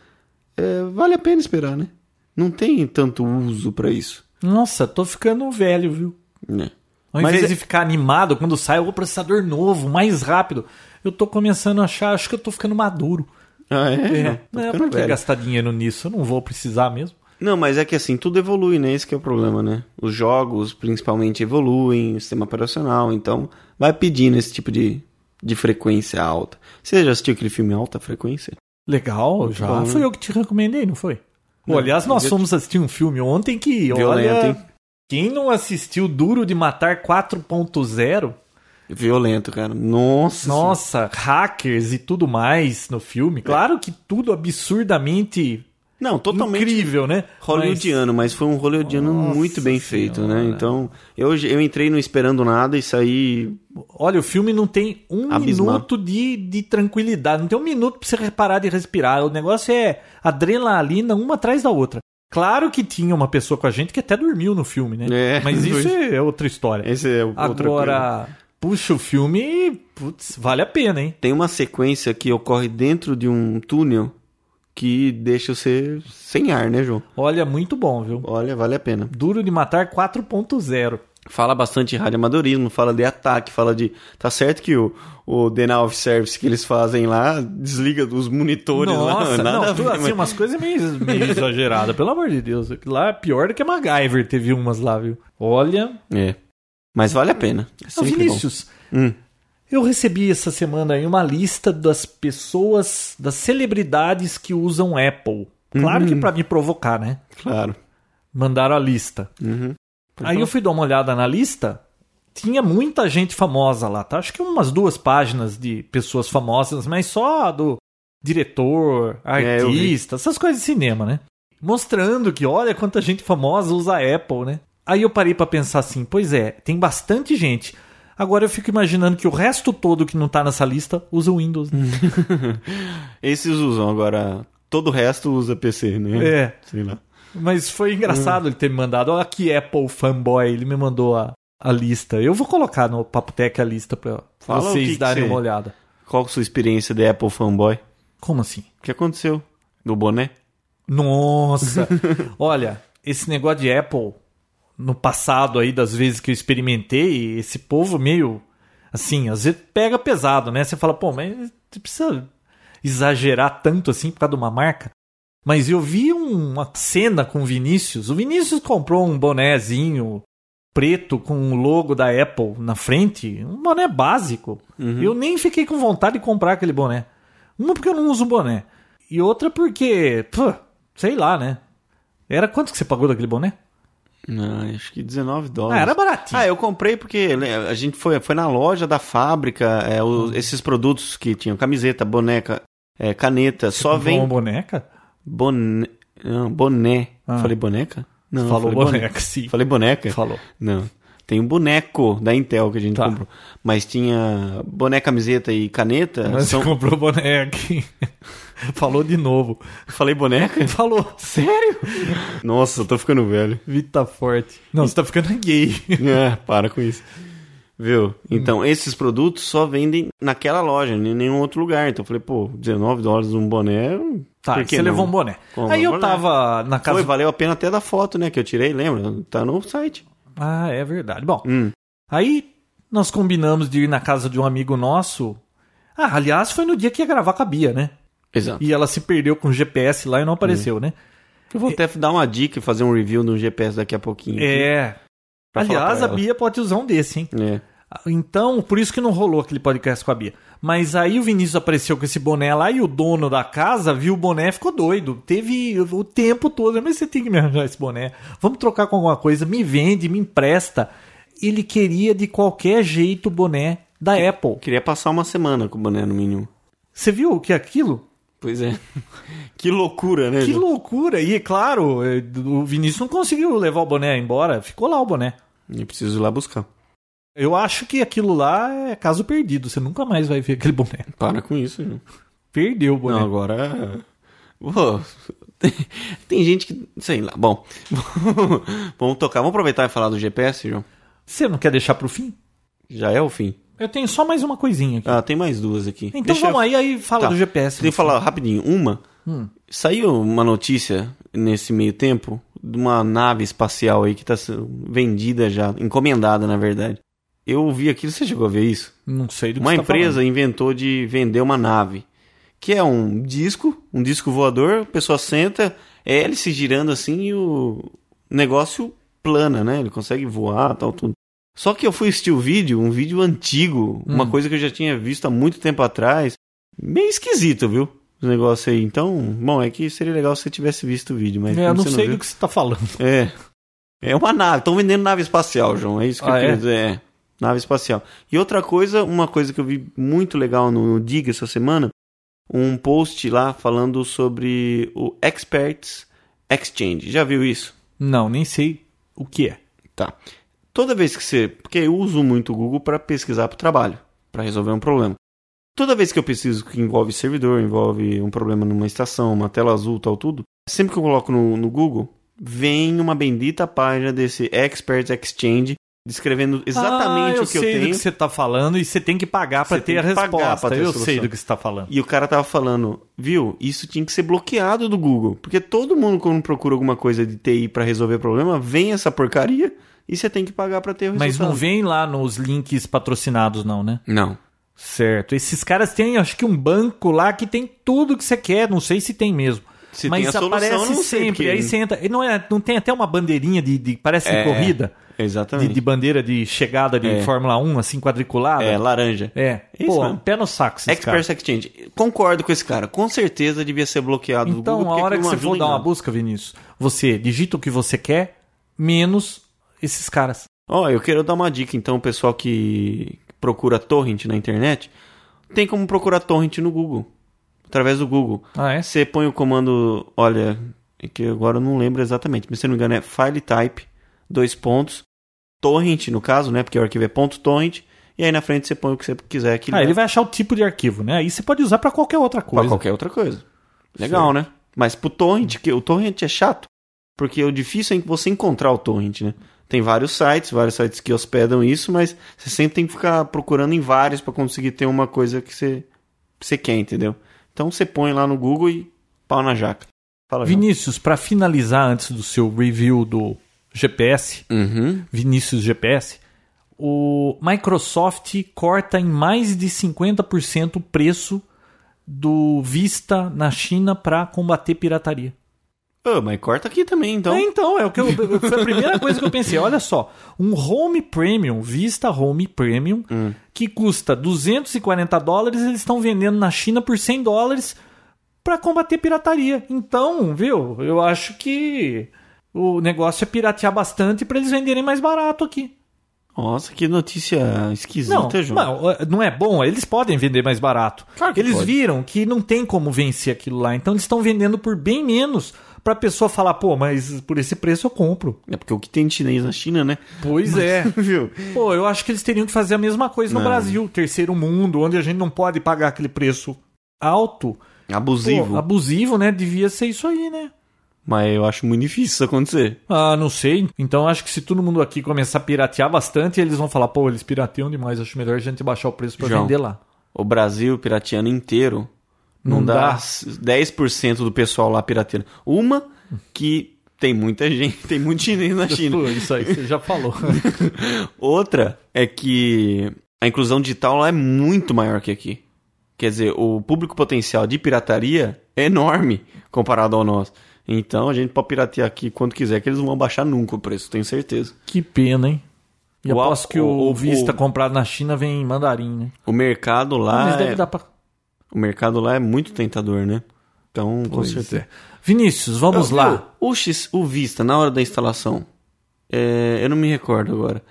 é, vale a pena esperar, né? Não tem tanto uso para isso. Nossa, tô ficando velho, viu? Né? Ao Mas invés é- de ficar animado quando sai o processador novo, mais rápido, eu tô começando a achar, acho que eu tô ficando maduro. Ah, é? É, Não, tô não, ficando por que velho. gastar dinheiro nisso? Eu não vou precisar mesmo. Não, mas é que assim, tudo evolui, né? Esse que é o problema, né? Os jogos, principalmente, evoluem, o sistema operacional, então vai pedindo esse tipo de, de frequência alta. Você já assistiu aquele filme Alta Frequência? Legal, já. bom, né? foi eu que te recomendei, não foi? Pô, Não, aliás, nós eu- fomos assistir um filme ontem que, Violento, olha, hein? quem não assistiu Duro de Matar 4.0, Violento, cara. Nossa. Nossa, hackers e tudo mais no filme. Claro que tudo absurdamente Não, totalmente incrível, né? hollywoodiano, mas foi um hollywoodiano Nossa muito bem Senhora. feito, né? Então, eu, eu entrei não esperando nada e saí. Mas, olha, o filme não tem um Abismal. minuto de, de tranquilidade, não tem um minuto pra você reparar de respirar. O negócio é adrenalina uma atrás da outra. Claro que tinha uma pessoa com a gente que até dormiu no filme, né? É, Mas isso é outra história. Esse é o- outra coisa. Agora, puxa, o filme, putz, vale a pena, hein? Tem uma sequência que ocorre dentro de um túnel que deixa você sem ar, né, João? Olha, muito bom, viu? Olha, vale a pena. Duro de Matar 4.0. Fala bastante de radioamadorismo, fala de ataque, fala de. Tá certo que o, o Denial of Service que eles fazem lá desliga os monitores Nossa, lá. não, né? a tu- ver, assim, mas- umas coisas meio, meio exageradas, pelo amor de Deus. Lá é pior do que MacGyver, teve umas lá, viu? Olha. É. Mas vale a pena. É Ô, sempre bom. Vinícius, Hum. eu recebi essa semana aí uma lista das pessoas, das celebridades que usam Apple. Claro Hum. que pra me provocar, né? Claro. Mandaram a lista. Uhum. Pode Aí eu fui dar uma olhada na lista, tinha muita gente famosa lá, tá? Acho que umas duas páginas de pessoas famosas, mas só do diretor, É, eu vi. artista, essas coisas de cinema, né? Mostrando que olha quanta gente famosa usa a Apple, né? Aí eu parei pra pensar assim, pois é, tem bastante gente. Agora eu fico imaginando que o resto todo que não tá nessa lista usa o Windows. né? Esses usam agora. Todo o resto usa PC, né? É. Sei lá. Mas foi Hum. engraçado ele ter me mandado. Olha que Apple fanboy, ele me mandou a, a lista. Eu vou colocar no Papotec a lista pra Fala o vocês que que darem você- uma olhada. Qual que é a sua experiência de Apple fanboy? Como assim? O que aconteceu? Do boné? Nossa! Olha, esse negócio de Apple, no passado aí, das vezes que eu experimentei, esse povo meio. Assim, às vezes pega pesado, né? Você fala, pô, mas você precisa exagerar tanto assim por causa de uma marca. Mas eu vi um- uma cena com o Vinícius. O Vinícius comprou um bonézinho preto com o logo da Apple na frente, um boné básico. Uhum. Eu nem fiquei com vontade de comprar aquele boné. Uma porque eu não uso boné. E outra porque, pô, sei lá, né? Era quanto que você pagou daquele boné? Não, acho que 19 Ah, dólares. era baratinho. Ah, eu comprei porque né, a gente foi, foi na loja da fábrica, é, o- Hum. esses produtos que tinham camiseta, boneca, é, caneta, só Comprou um vem uma boneca? boné. Não, boné. Ah. Falei boneca? Não, Falou falei boné. boneca, sim. Falei boneca? Falou. Não. Tem um boneco da Intel que a gente Tá. comprou. Mas tinha boné, camiseta e caneta. Mas são- você comprou boneca. Falou de novo. Falei boneca? Falou. Sério? Nossa, eu tô ficando velho. Vita forte. Não, você tá ficando gay. É, para com isso. Viu? Então, esses produtos só vendem naquela loja, em nenhum outro lugar. Então, eu falei, pô, 19 dólares um boné. Tá, por que você não? levou um boné. Comprou Aí um eu boné. tava na Foi, casa. valeu a pena até da foto, né? Que eu tirei, lembra? Tá no site. Ah, é verdade. Bom, Hum. aí nós combinamos de ir na casa de um amigo nosso. Ah, aliás, foi no dia que ia gravar com a Bia, né? Exato. E ela se perdeu com o GPS lá e não apareceu, né? Eu vou até dar uma dica e fazer um review no GPS daqui a pouquinho. É. Uhum. Pra falar Aliás, pra a ela. Bia pode usar um desse, hein? É. Então, por isso que não rolou aquele podcast com a Bia. Mas aí o Vinícius apareceu com esse boné lá e o dono da casa viu o boné e ficou doido. Teve o tempo todo, mas você tem que me arranjar esse boné. Vamos trocar com alguma coisa, me vende, me empresta. Ele queria de qualquer jeito o boné da Apple. Queria passar uma semana com o boné, no mínimo. Você viu o que é aquilo? Pois é. que loucura, né? Que Ju? loucura! E é claro, eh, o Vinícius não conseguiu levar o boné embora, ficou lá o boné. Eu preciso ir lá buscar. Eu acho que aquilo lá é caso perdido, você nunca mais vai ver aquele boné. Para com isso, Ju. Perdeu o boné. Não, agora. Pô, tem, tem gente que. Sei lá. Bom, vamos tocar. Vamos aproveitar e falar do GPS, João? Você não quer deixar pro fim? Já é o fim. Eu tenho só mais uma coisinha aqui. Ah, tem mais duas aqui. então Deixa vamos eu- aí, aí fala Tá. do GPS. Deixa eu falar rapidinho. Uma. Saiu uma notícia nesse meio tempo de uma nave espacial aí que tá sendo vendida já, encomendada na verdade. Eu vi aquilo, você chegou a ver isso? Não sei do que Uma você tá empresa inventou de vender uma nave, que é um disco, um disco voador, a pessoa senta, é hélice girando assim e o negócio plana, né? Ele consegue voar, tal, tudo. Só que eu fui assistir o vídeo, um vídeo antigo, Hum. uma coisa que eu já tinha visto há muito tempo atrás. Meio esquisito, viu? Os negócios aí. Então, bom, é que seria legal se você tivesse visto o vídeo, mas falando. É, eu como não você sei viu- do que você tá falando. é. É uma nave. Estão vendendo nave espacial, João. É isso que Ah, eu é? queria dizer. É. Nave espacial. E outra coisa, uma coisa que eu vi muito legal no Diga essa semana. um post lá falando sobre o Experts Exchange. Já viu isso? Não, nem sei o que é. Tá. Toda vez que você. Porque eu uso muito o Google para pesquisar para o trabalho, para resolver um problema. Toda vez que eu preciso que envolve servidor, envolve um problema numa estação, uma tela azul, tal, tudo, sempre que eu coloco no, no Google, vem uma bendita página desse Expert Exchange descrevendo exatamente Ah, o que eu sei do tenho. que você tá falando e você tem que pagar para Você ter tem a que pagar resposta. pra ter a eu solução. sei do que você tá falando. E o cara tava falando, viu, isso tinha que ser bloqueado do Google. Porque todo mundo, quando procura alguma coisa de TI para resolver problema, vem essa porcaria e você tem que pagar para ter o Mas resultado. não vem lá nos links patrocinados, não, né? Não. Certo. Esses caras têm, acho que, um banco lá que tem tudo que você quer. Não sei se tem mesmo. Se Mas tem a solução, aparece eu não sei, sempre. porque- Aí você entra. e Não, é, não tem até uma bandeirinha de. de- parece de É, corrida. De, Exatamente. de bandeira de chegada de É. Fórmula 1, assim, quadriculada. É, É. laranja. é. Isso Pô, mesmo. pé no saco esses caras. Expert Exchange. Concordo com esse cara. Com certeza devia ser bloqueado do Então, Google. a porque hora que não você um ajuda for em dar uma nada. busca, Vinícius, você digita o que você quer, menos esses caras. Ó, eu quero dar uma dica, então, pessoal que procura torrent na internet, tem como procurar torrent no Google, através do Google. Ah, é? Você põe o comando, olha, é que agora eu não lembro exatamente, mas se não me engano é file type, dois pontos, torrent no caso, né, porque o arquivo é ponto torrent, e aí na frente você põe o que você quiser. Que Ah, ele vai achar o tipo de arquivo, né? Aí você pode usar pra qualquer outra Pra coisa. qualquer outra coisa. Legal, né? Mas pro torrent, que o torrent é chato, porque o difícil é você encontrar o torrent, né? Tem vários sites, vários sites que hospedam isso, mas você sempre tem que ficar procurando em vários pra conseguir ter uma coisa que você, você quer, entendeu? Então você põe lá no Google e pau na jaca. Fala, João. Vinícius, pra finalizar antes do seu review do GPS, Uhum. Vinícius GPS, o Microsoft corta em mais de 50% o preço do Vista na China pra combater pirataria. Pô, mas corta aqui também, então. É, Então, é o que eu, eu- foi a primeira coisa que eu pensei. Olha só, um Home Premium, Vista Home Premium, Hum. que custa 240 dólares, eles estão vendendo na China por 100 dólares para combater pirataria. Então, viu, eu acho que o negócio é piratear bastante para eles venderem mais barato aqui. Nossa, que notícia Não, esquisita, João. mas, não é bom, eles podem vender mais barato. Claro que eles pode. viram que não tem como vencer aquilo lá, então eles estão vendendo por bem menos para a pessoa falar, pô, mas por esse preço eu compro. É porque o que tem de chinês na China, né? Pois é. Viu? Pô, eu acho que eles teriam que fazer a mesma coisa no Não. Brasil, terceiro mundo, onde a gente não pode pagar aquele preço alto. Abusivo. Pô, abusivo, né? Devia ser isso aí, né? Mas eu acho muito difícil isso acontecer. Ah, não sei. Então acho que se todo mundo aqui começar a piratear bastante, eles vão falar, pô, eles pirateiam demais, acho melhor a gente baixar o preço pra João, vender lá. o Brasil pirateando inteiro não, Não dá, dá. 10% do pessoal lá pirateando. Uma que tem muita gente, tem muito chinês na China. Pô, isso aí você já falou. Outra é que a inclusão digital lá é muito maior que aqui. Quer dizer, o público potencial de pirataria é enorme comparado ao nosso. Então a gente pode piratear aqui quanto quiser, que eles não vão baixar nunca o preço, tenho certeza. que pena, hein? E O aposto al- que o, o- o- Vista o- comprado na China vem em mandarim, né? O mercado Mas lá, deve é, dar pra... o mercado lá é muito tentador, né? Então, com Pois certeza. é. Vinícius, vamos Eu- lá. eu- Tá O, X, o Vista, na hora da instalação, é, eu não me recordo agora.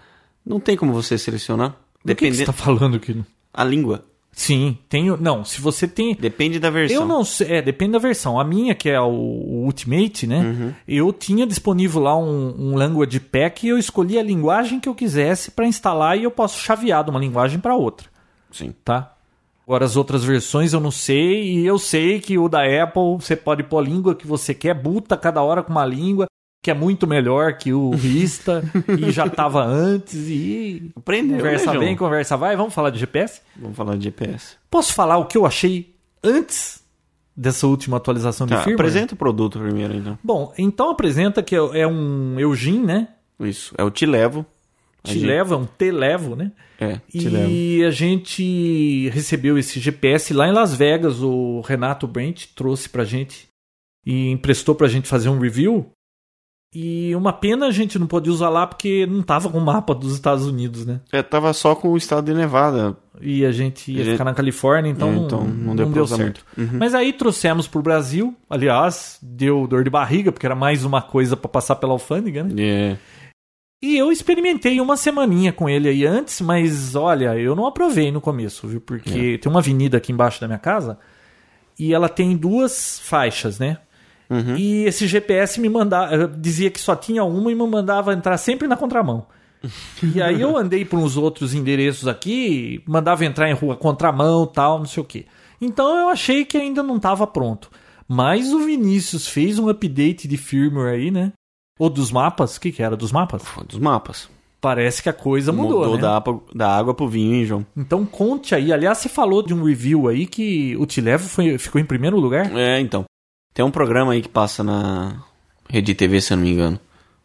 Não tem como você selecionar. Do que, que você Depende tá falando aqui? a língua. Sim, tenho... Não, se você tem... Depende da versão. Eu não sei, é, depende da versão. A minha, que é o, o Ultimate, né? Eu tinha disponível lá um, um Language Pack e eu escolhi a linguagem que eu quisesse para instalar e eu posso chavear de uma linguagem para outra, Sim. tá? Agora, as outras versões eu não sei e eu sei que o da Apple você pode pôr a língua que você quer, buta cada hora com uma língua, que é muito melhor que o Vista e já estava antes e... Aprendeu, Conversa né, João? bem, conversa vai. Vamos falar de GPS? Vamos falar de GPS. Posso falar o que eu achei antes dessa última atualização de Tá, firmware? apresenta o produto primeiro, então. Bom, então apresenta que é é um Eugene, né? Isso. É o Te Levo. A Te gente- leva, é um te levo, né? É, Te Levo. E a gente recebeu esse GPS lá em Las Vegas, o Renato Brent trouxe pra gente e emprestou pra gente fazer um review. E uma pena a gente não pôde usar lá porque não tava com o mapa dos Estados Unidos, né? É, tava só com o estado de Nevada. E a gente ia Ele- ficar na Califórnia, então, É, não- então não não deu Uhum. deu, pra usar certo. Mas aí trouxemos pro Brasil, aliás, deu dor de barriga, porque era mais uma coisa para passar pela alfândega, né? É. E eu experimentei uma semaninha com ele aí antes, mas olha, eu não aprovei no começo, viu? Porque tem uma avenida aqui embaixo da minha casa E ela tem duas faixas, né? Uhum. E esse GPS me mandava, dizia que só tinha uma e me mandava entrar sempre na contramão. e aí eu andei para uns outros endereços aqui, mandava entrar em rua contramão, tal, não sei o quê. Então eu achei que ainda não estava pronto. Mas o Vinícius fez um update de firmware aí, né? Ou dos mapas? O que, que era? Dos mapas? um Dos mapas. Parece que a coisa mudou, né? da, apa- da água pro vinho, hein, João? Então conte aí. Aliás, você falou de um review aí que o Te Levo foi- ficou em primeiro lugar. É, então. Tem um programa aí que passa na Rede TV, se eu não me engano.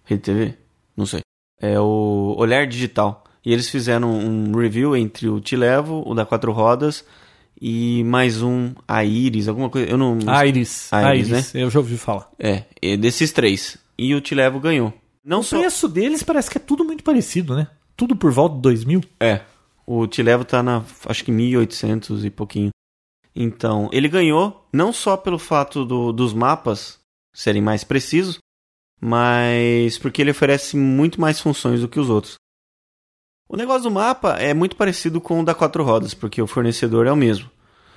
Rede TV? Não sei. É o Olhar Digital. E eles fizeram um review entre o Te Levo, o da Quatro Rodas, e mais um, a Iris, alguma coisa. Eu não. Ah, Aires. Aires, Aires, né? Eu já ouvi falar. É, é desses três. E o Te Levo ganhou. Não O só. preço deles parece que é tudo muito parecido, né? Tudo por volta de 2 mil. É. O Te Levo tá na, acho que 1800 e pouquinho. Então, ele ganhou não só pelo fato do- dos mapas serem mais precisos, mas porque ele oferece muito mais funções do que os outros. O negócio do mapa é muito parecido com o da quatro rodas, porque o fornecedor é o mesmo.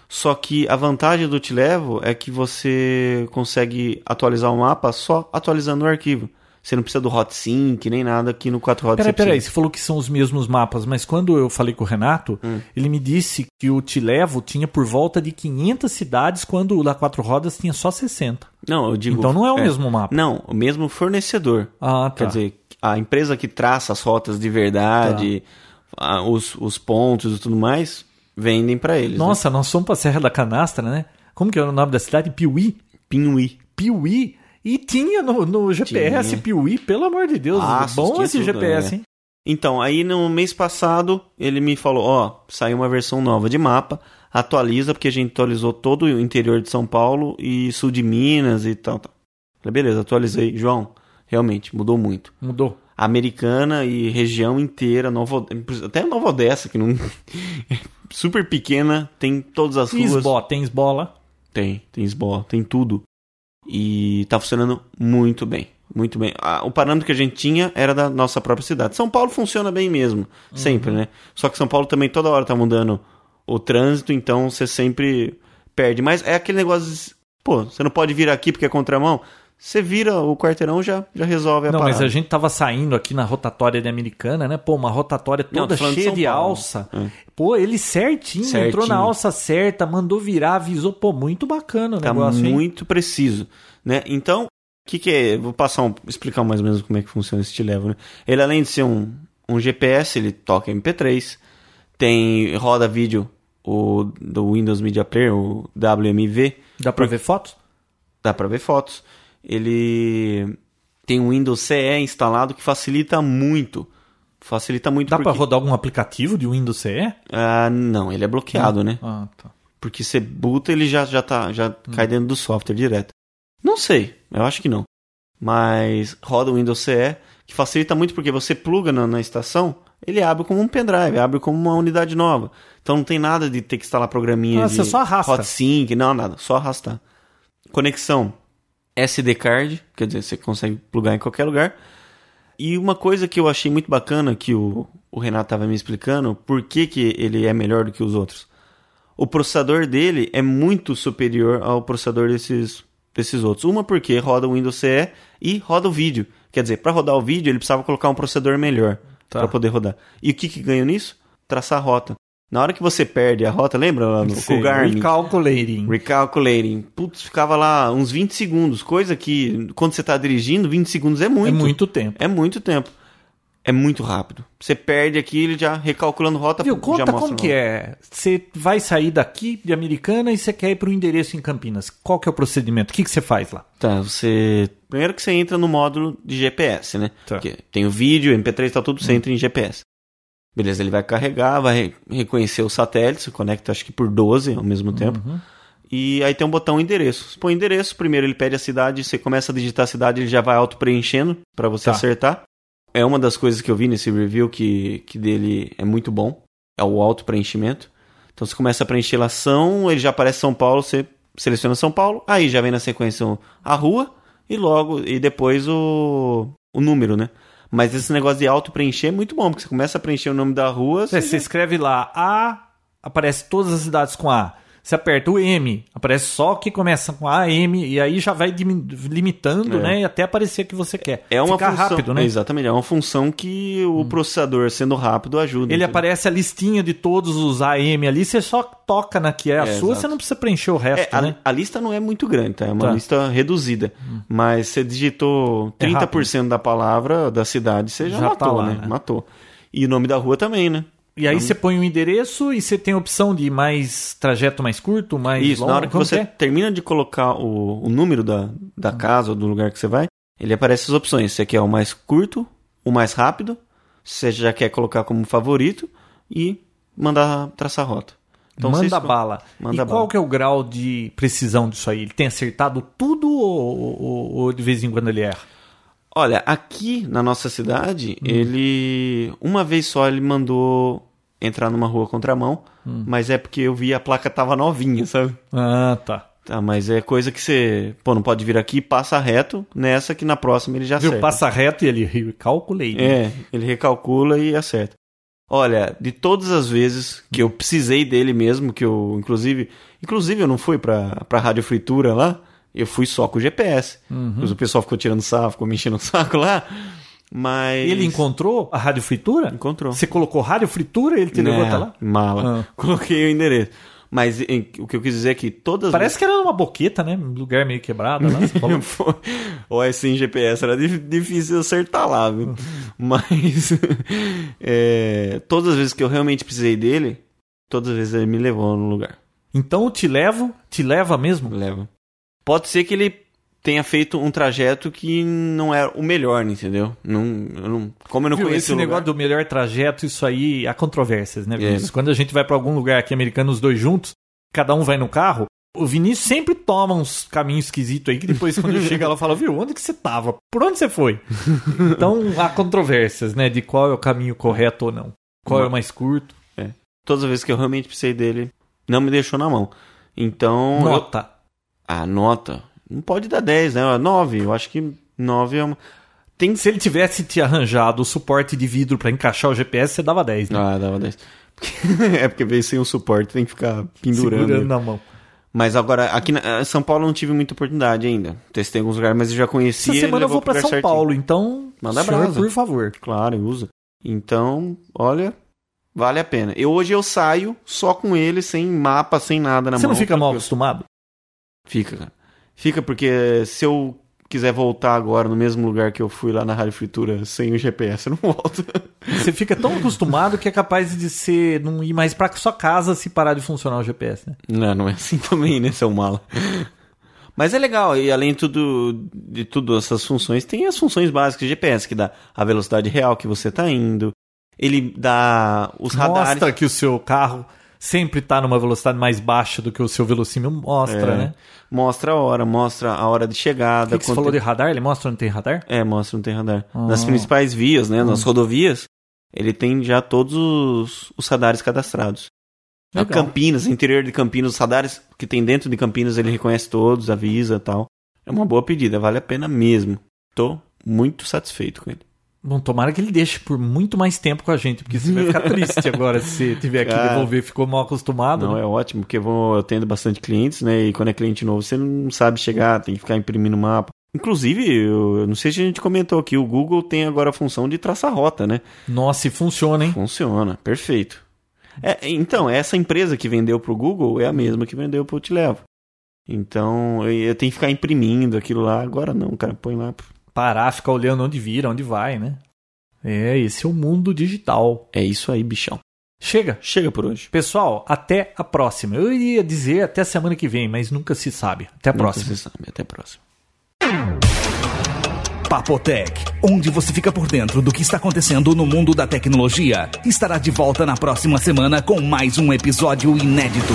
Só que a vantagem do Te Levo é que você consegue atualizar o mapa só atualizando o arquivo. Você não precisa do hot sync nem nada aqui no quatro rodas. Peraí, você precisa. peraí, você falou que são os mesmos mapas, mas quando eu falei com o Renato, Hum. ele me disse que o Te Levo tinha por volta de 500 cidades, quando o da Quatro Rodas tinha só 60. Não, eu digo. Então não é o mesmo mapa. Não, o mesmo fornecedor. Ah, tá. Quer dizer, a empresa que traça as rotas de verdade, Tá. a- os, os pontos e tudo mais, vendem pra eles. né? Nossa, nós somos pra Serra da Canastra, né? Como que era o nome da cidade? Piuí? né? Pinhuí. Piuí? E tinha no, no GPS Tinha. Piuí, pelo amor de Deus. é Passos, bom tinha esse tudo, GPS, né? hein? Então, aí no mês passado, ele me falou: ó, saiu uma versão nova de mapa, atualiza, porque a gente atualizou todo o interior de São Paulo e sul de Minas e tal, tal. Falei, beleza, atualizei. João, realmente, mudou muito. Mudou. americana e região inteira, Novo, até Nova Odessa, que não é super pequena, tem todas as E ruas. Esbó, tem esbola. Tem, tem esbola, tem tudo. E tá funcionando muito bem. Muito bem. Ah, o parâmetro que a gente tinha era da nossa própria cidade. São Paulo funciona bem mesmo, Uhum. sempre, né? Só que São Paulo também toda hora tá mudando o trânsito, então você sempre perde. Mas é aquele negócio, de, pô, você não pode vir aqui porque é contramão. Você vira o quarteirão já já resolve a Não, parada. mas a gente tava saindo aqui na rotatória de Americana, né? Pô, uma rotatória Não, toda tô falando de cheia São de Paulo. alça. É. Pô, ele certinho, entrou Certinho. na alça certa, mandou virar, avisou. Pô, muito bacana o tá negócio, hein? muito preciso, né? Então, o que que é? Vou passar um, explicar mais ou menos como é que funciona esse Tilevo, né? Ele além de ser um, um GPS, ele toca MP3, tem roda vídeo o do Windows Media Player, o WMV, Dá pra ver fotos? dá para ver fotos. Ele tem um Windows CE instalado que facilita muito. Facilita muito Dá pra porque... rodar algum aplicativo de Windows CE? Ah, não, ele é bloqueado, né? Ah, tá. Porque você buta, ele já, já, tá, já cai Hum. dentro do software direto. Não sei, eu acho que não. Mas roda o Windows CE, que facilita muito porque você pluga na, na estação, ele abre como um pendrive, abre como uma unidade nova. Então não tem nada de ter que instalar programinha Ah, de você só arrasta. hot sync, não, nada, só arrastar. Conexão SD card, quer dizer, você consegue plugar em qualquer lugar. E uma coisa que eu achei muito bacana que o, o Renato estava me explicando, por que, que ele é melhor do que os outros. O processador dele é muito superior ao processador desses, desses outros. Uma porque roda o Windows CE e roda o vídeo. Quer dizer, para rodar o vídeo ele precisava colocar um processador melhor Tá. para poder rodar. E o que que ganha nisso? Traçar a rota. Na hora que você perde a rota, lembra lá no com o Garmin? Recalculating. Recalculating. Putz, ficava lá uns 20 segundos, coisa que quando você tá dirigindo, 20 segundos é É muito. muito tempo. É muito tempo. É muito rápido. Você perde aqui, ele já recalculando rota. Viu, já conta mostra como que lá. é. Você vai sair daqui de Americana e você quer ir pro endereço em Campinas. Qual que é o procedimento? O que que você faz lá? Tá, você. Primeiro que você entra no módulo de GPS, né? Tá. Hum. Porque tem o vídeo, MP3, tá tudo, você entra em GPS. Beleza, ele vai carregar, vai re- reconhecer o satélite, você conecta acho que por 12 ao Hum. mesmo tempo. Uhum. E aí tem um botão endereço. Você põe endereço, primeiro ele pede a cidade, você começa a digitar a cidade, ele já vai auto-preenchendo pra você Tá. acertar. É uma das coisas que eu vi nesse review que, que dele é muito bom, é o auto-preenchimento. Então você começa a preencher lá São, ele já aparece São Paulo, você seleciona São Paulo, aí já vem na sequência o- a rua e logo e depois o, o número, né? Mas esse negócio de auto-preencher é muito bom, porque você começa a preencher o nome da rua, É, você você escreve lá A, aparece todas as cidades com A. Você aperta o M, aparece só que começa com A, M, e aí já vai dimin- limitando, É. né? E até aparecer o que você quer. É uma Fica função, rápido, né? Hum. Exatamente, é uma função que o processador, sendo rápido, ajuda. Ele entendeu? aparece a listinha de todos os AM ali, você só toca na que é a É, sua, exato. você não precisa preencher o É, resto, a, né? a lista não é muito grande, tá? É uma Tá. Hum. lista reduzida. Mas você digitou É 30% da palavra da cidade, você já, Já tá matou, lá, né? né? Matou. E o nome da rua também, né? E aí você põe o endereço e você tem a opção de mais trajeto mais curto, mais Isso, longo. na hora que como você é? termina de colocar o, o número da, Uhum. da casa ou do lugar que você vai, ele aparece as opções. Você quer o mais curto, o mais rápido, você já quer colocar como favorito e mandar traçar a rota. você então manda escolhe- bala. Manda e qual bala. que é o grau de precisão disso aí? Ele tem acertado tudo ou, ou- ou de vez em quando ele erra? Olha, aqui na nossa cidade, Uhum. ele. Uma vez só ele mandou entrar numa rua contramão, Hum. mas é porque eu vi a placa tava novinha, sabe? Ah, tá. Tá, mas é coisa que você. Pô, não pode vir aqui, passa reto, nessa que na próxima ele já Viu? acerta. Passa reto e ele ri. Calculei. É, ele recalcula e acerta. Olha, de todas as vezes que eu precisei dele mesmo, que eu, inclusive, inclusive eu não fui pra, pra Rádio Fritura lá, eu fui só com o GPS. Uhum. Mas O pessoal ficou tirando sarro, ficou me enchendo o saco lá, mas... Ele encontrou a rádio fritura? Encontrou. Você colocou rádio fritura ele te levou Né, até lá? Mala. Ah. Coloquei o endereço. Mas em- o que eu quis dizer é que todas Parece que era numa boqueta, né? Um lugar meio quebrado lá. Você falou. Foi- Ou é sem GPS, era dif- difícil acertar lá, Uhum. viu? Mas é, todas as vezes que eu realmente precisei dele, todas as vezes ele me levou no lugar. Então eu te levo, te leva mesmo? Me Leva. Pode ser que ele tenha feito um trajeto que não era o melhor, entendeu? Não, eu não- como eu não Viu, conheço esse o lugar, negócio do melhor trajeto, isso aí há controvérsias, né, É. Vinícius? Quando a gente vai pra algum lugar aqui americano, os dois juntos, cada um vai no carro, o Vinícius sempre toma uns caminhos esquisitos aí, que depois quando chega ela fala, viu, onde que você tava? Por onde você foi? Então há controvérsias, né, de qual é o caminho correto ou não. Qual é o mais curto? todas as vezes que eu realmente precisei dele, não me deixou na mão. Então, eu- Nota. a nota não pode dar 10, né? 9, eu acho que 9 é uma... Tem Se ele tivesse te arranjado o suporte de vidro pra encaixar o GPS, você dava 10, né? Ah, dava 10. é porque veio sem o suporte, tem que ficar pendurando. Segurando na mão. Mas agora, aqui na- em São Paulo eu não tive muita oportunidade ainda. Testei em alguns lugares, mas eu já conhecia. Essa e semana eu levou vou pro pra lugar São certinho. Paulo, então, Manda senhor, brasa. por favor. Claro, usa. Então, olha, vale a pena. Eu hoje eu saio só com ele, sem mapa, sem nada na Você mão. não fica mal tranquilo. acostumado? Fica, cara. Fica porque se eu quiser voltar agora no mesmo lugar que eu fui lá na Rádio Fritura sem o GPS, eu não volto. Você fica tão acostumado que é capaz de você não ir mais pra sua casa se parar de funcionar o GPS, né? Não, não é assim também, né, seu mala? Mas é legal, e além de tudo, de tudo essas funções, tem as funções básicas de GPS, que dá a velocidade real que você tá indo, ele dá os radares. Mostra que o seu carro sempre tá numa velocidade mais baixa do que o seu velocímetro mostra, É. né? Mostra a hora, mostra a hora de O chegada. que, que você quanto falou de tempo- radar? Ele mostra onde tem radar? É, mostra, não tem radar. Ah. Hum. Nas principais vias, né, nas rodovias, ele tem já todos os, os radares cadastrados. A Legal. Campinas, interior de Campinas, os radares que tem dentro de Campinas, ele reconhece todos, avisa e tal. É uma boa pedida, vale a pena mesmo. Tô muito satisfeito com ele. Bom, tomara que ele deixe por muito mais tempo com a gente, porque você vai ficar triste agora se tiver que Cara. devolver, ficou mal acostumado. Não, né? é ótimo, porque eu, vou, eu atendo bastante clientes, né? E quando é cliente novo, você não sabe chegar, tem que ficar imprimindo mapa. Inclusive, eu, eu não sei se a gente comentou aqui, o Google tem agora a função de traçar rota, né? Nossa, e funciona, hein? Funciona, perfeito. É, então, essa empresa que vendeu pro Google é a mesma que vendeu pro Eu Te Levo. Então, eu, eu tenho que ficar imprimindo aquilo lá. Agora não, cara, põe lá. Parar, ficar olhando onde vira, onde vai, né? É, esse é o mundo digital. É isso aí, bichão. Chega. Chega por hoje. Pessoal, até a próxima. Eu iria dizer até semana que vem, mas nunca se sabe. Até a próxima. Nunca se sabe. Até a próxima. Papotec, onde você fica por dentro do que está acontecendo no mundo da tecnologia, estará de volta na próxima semana com mais um episódio inédito.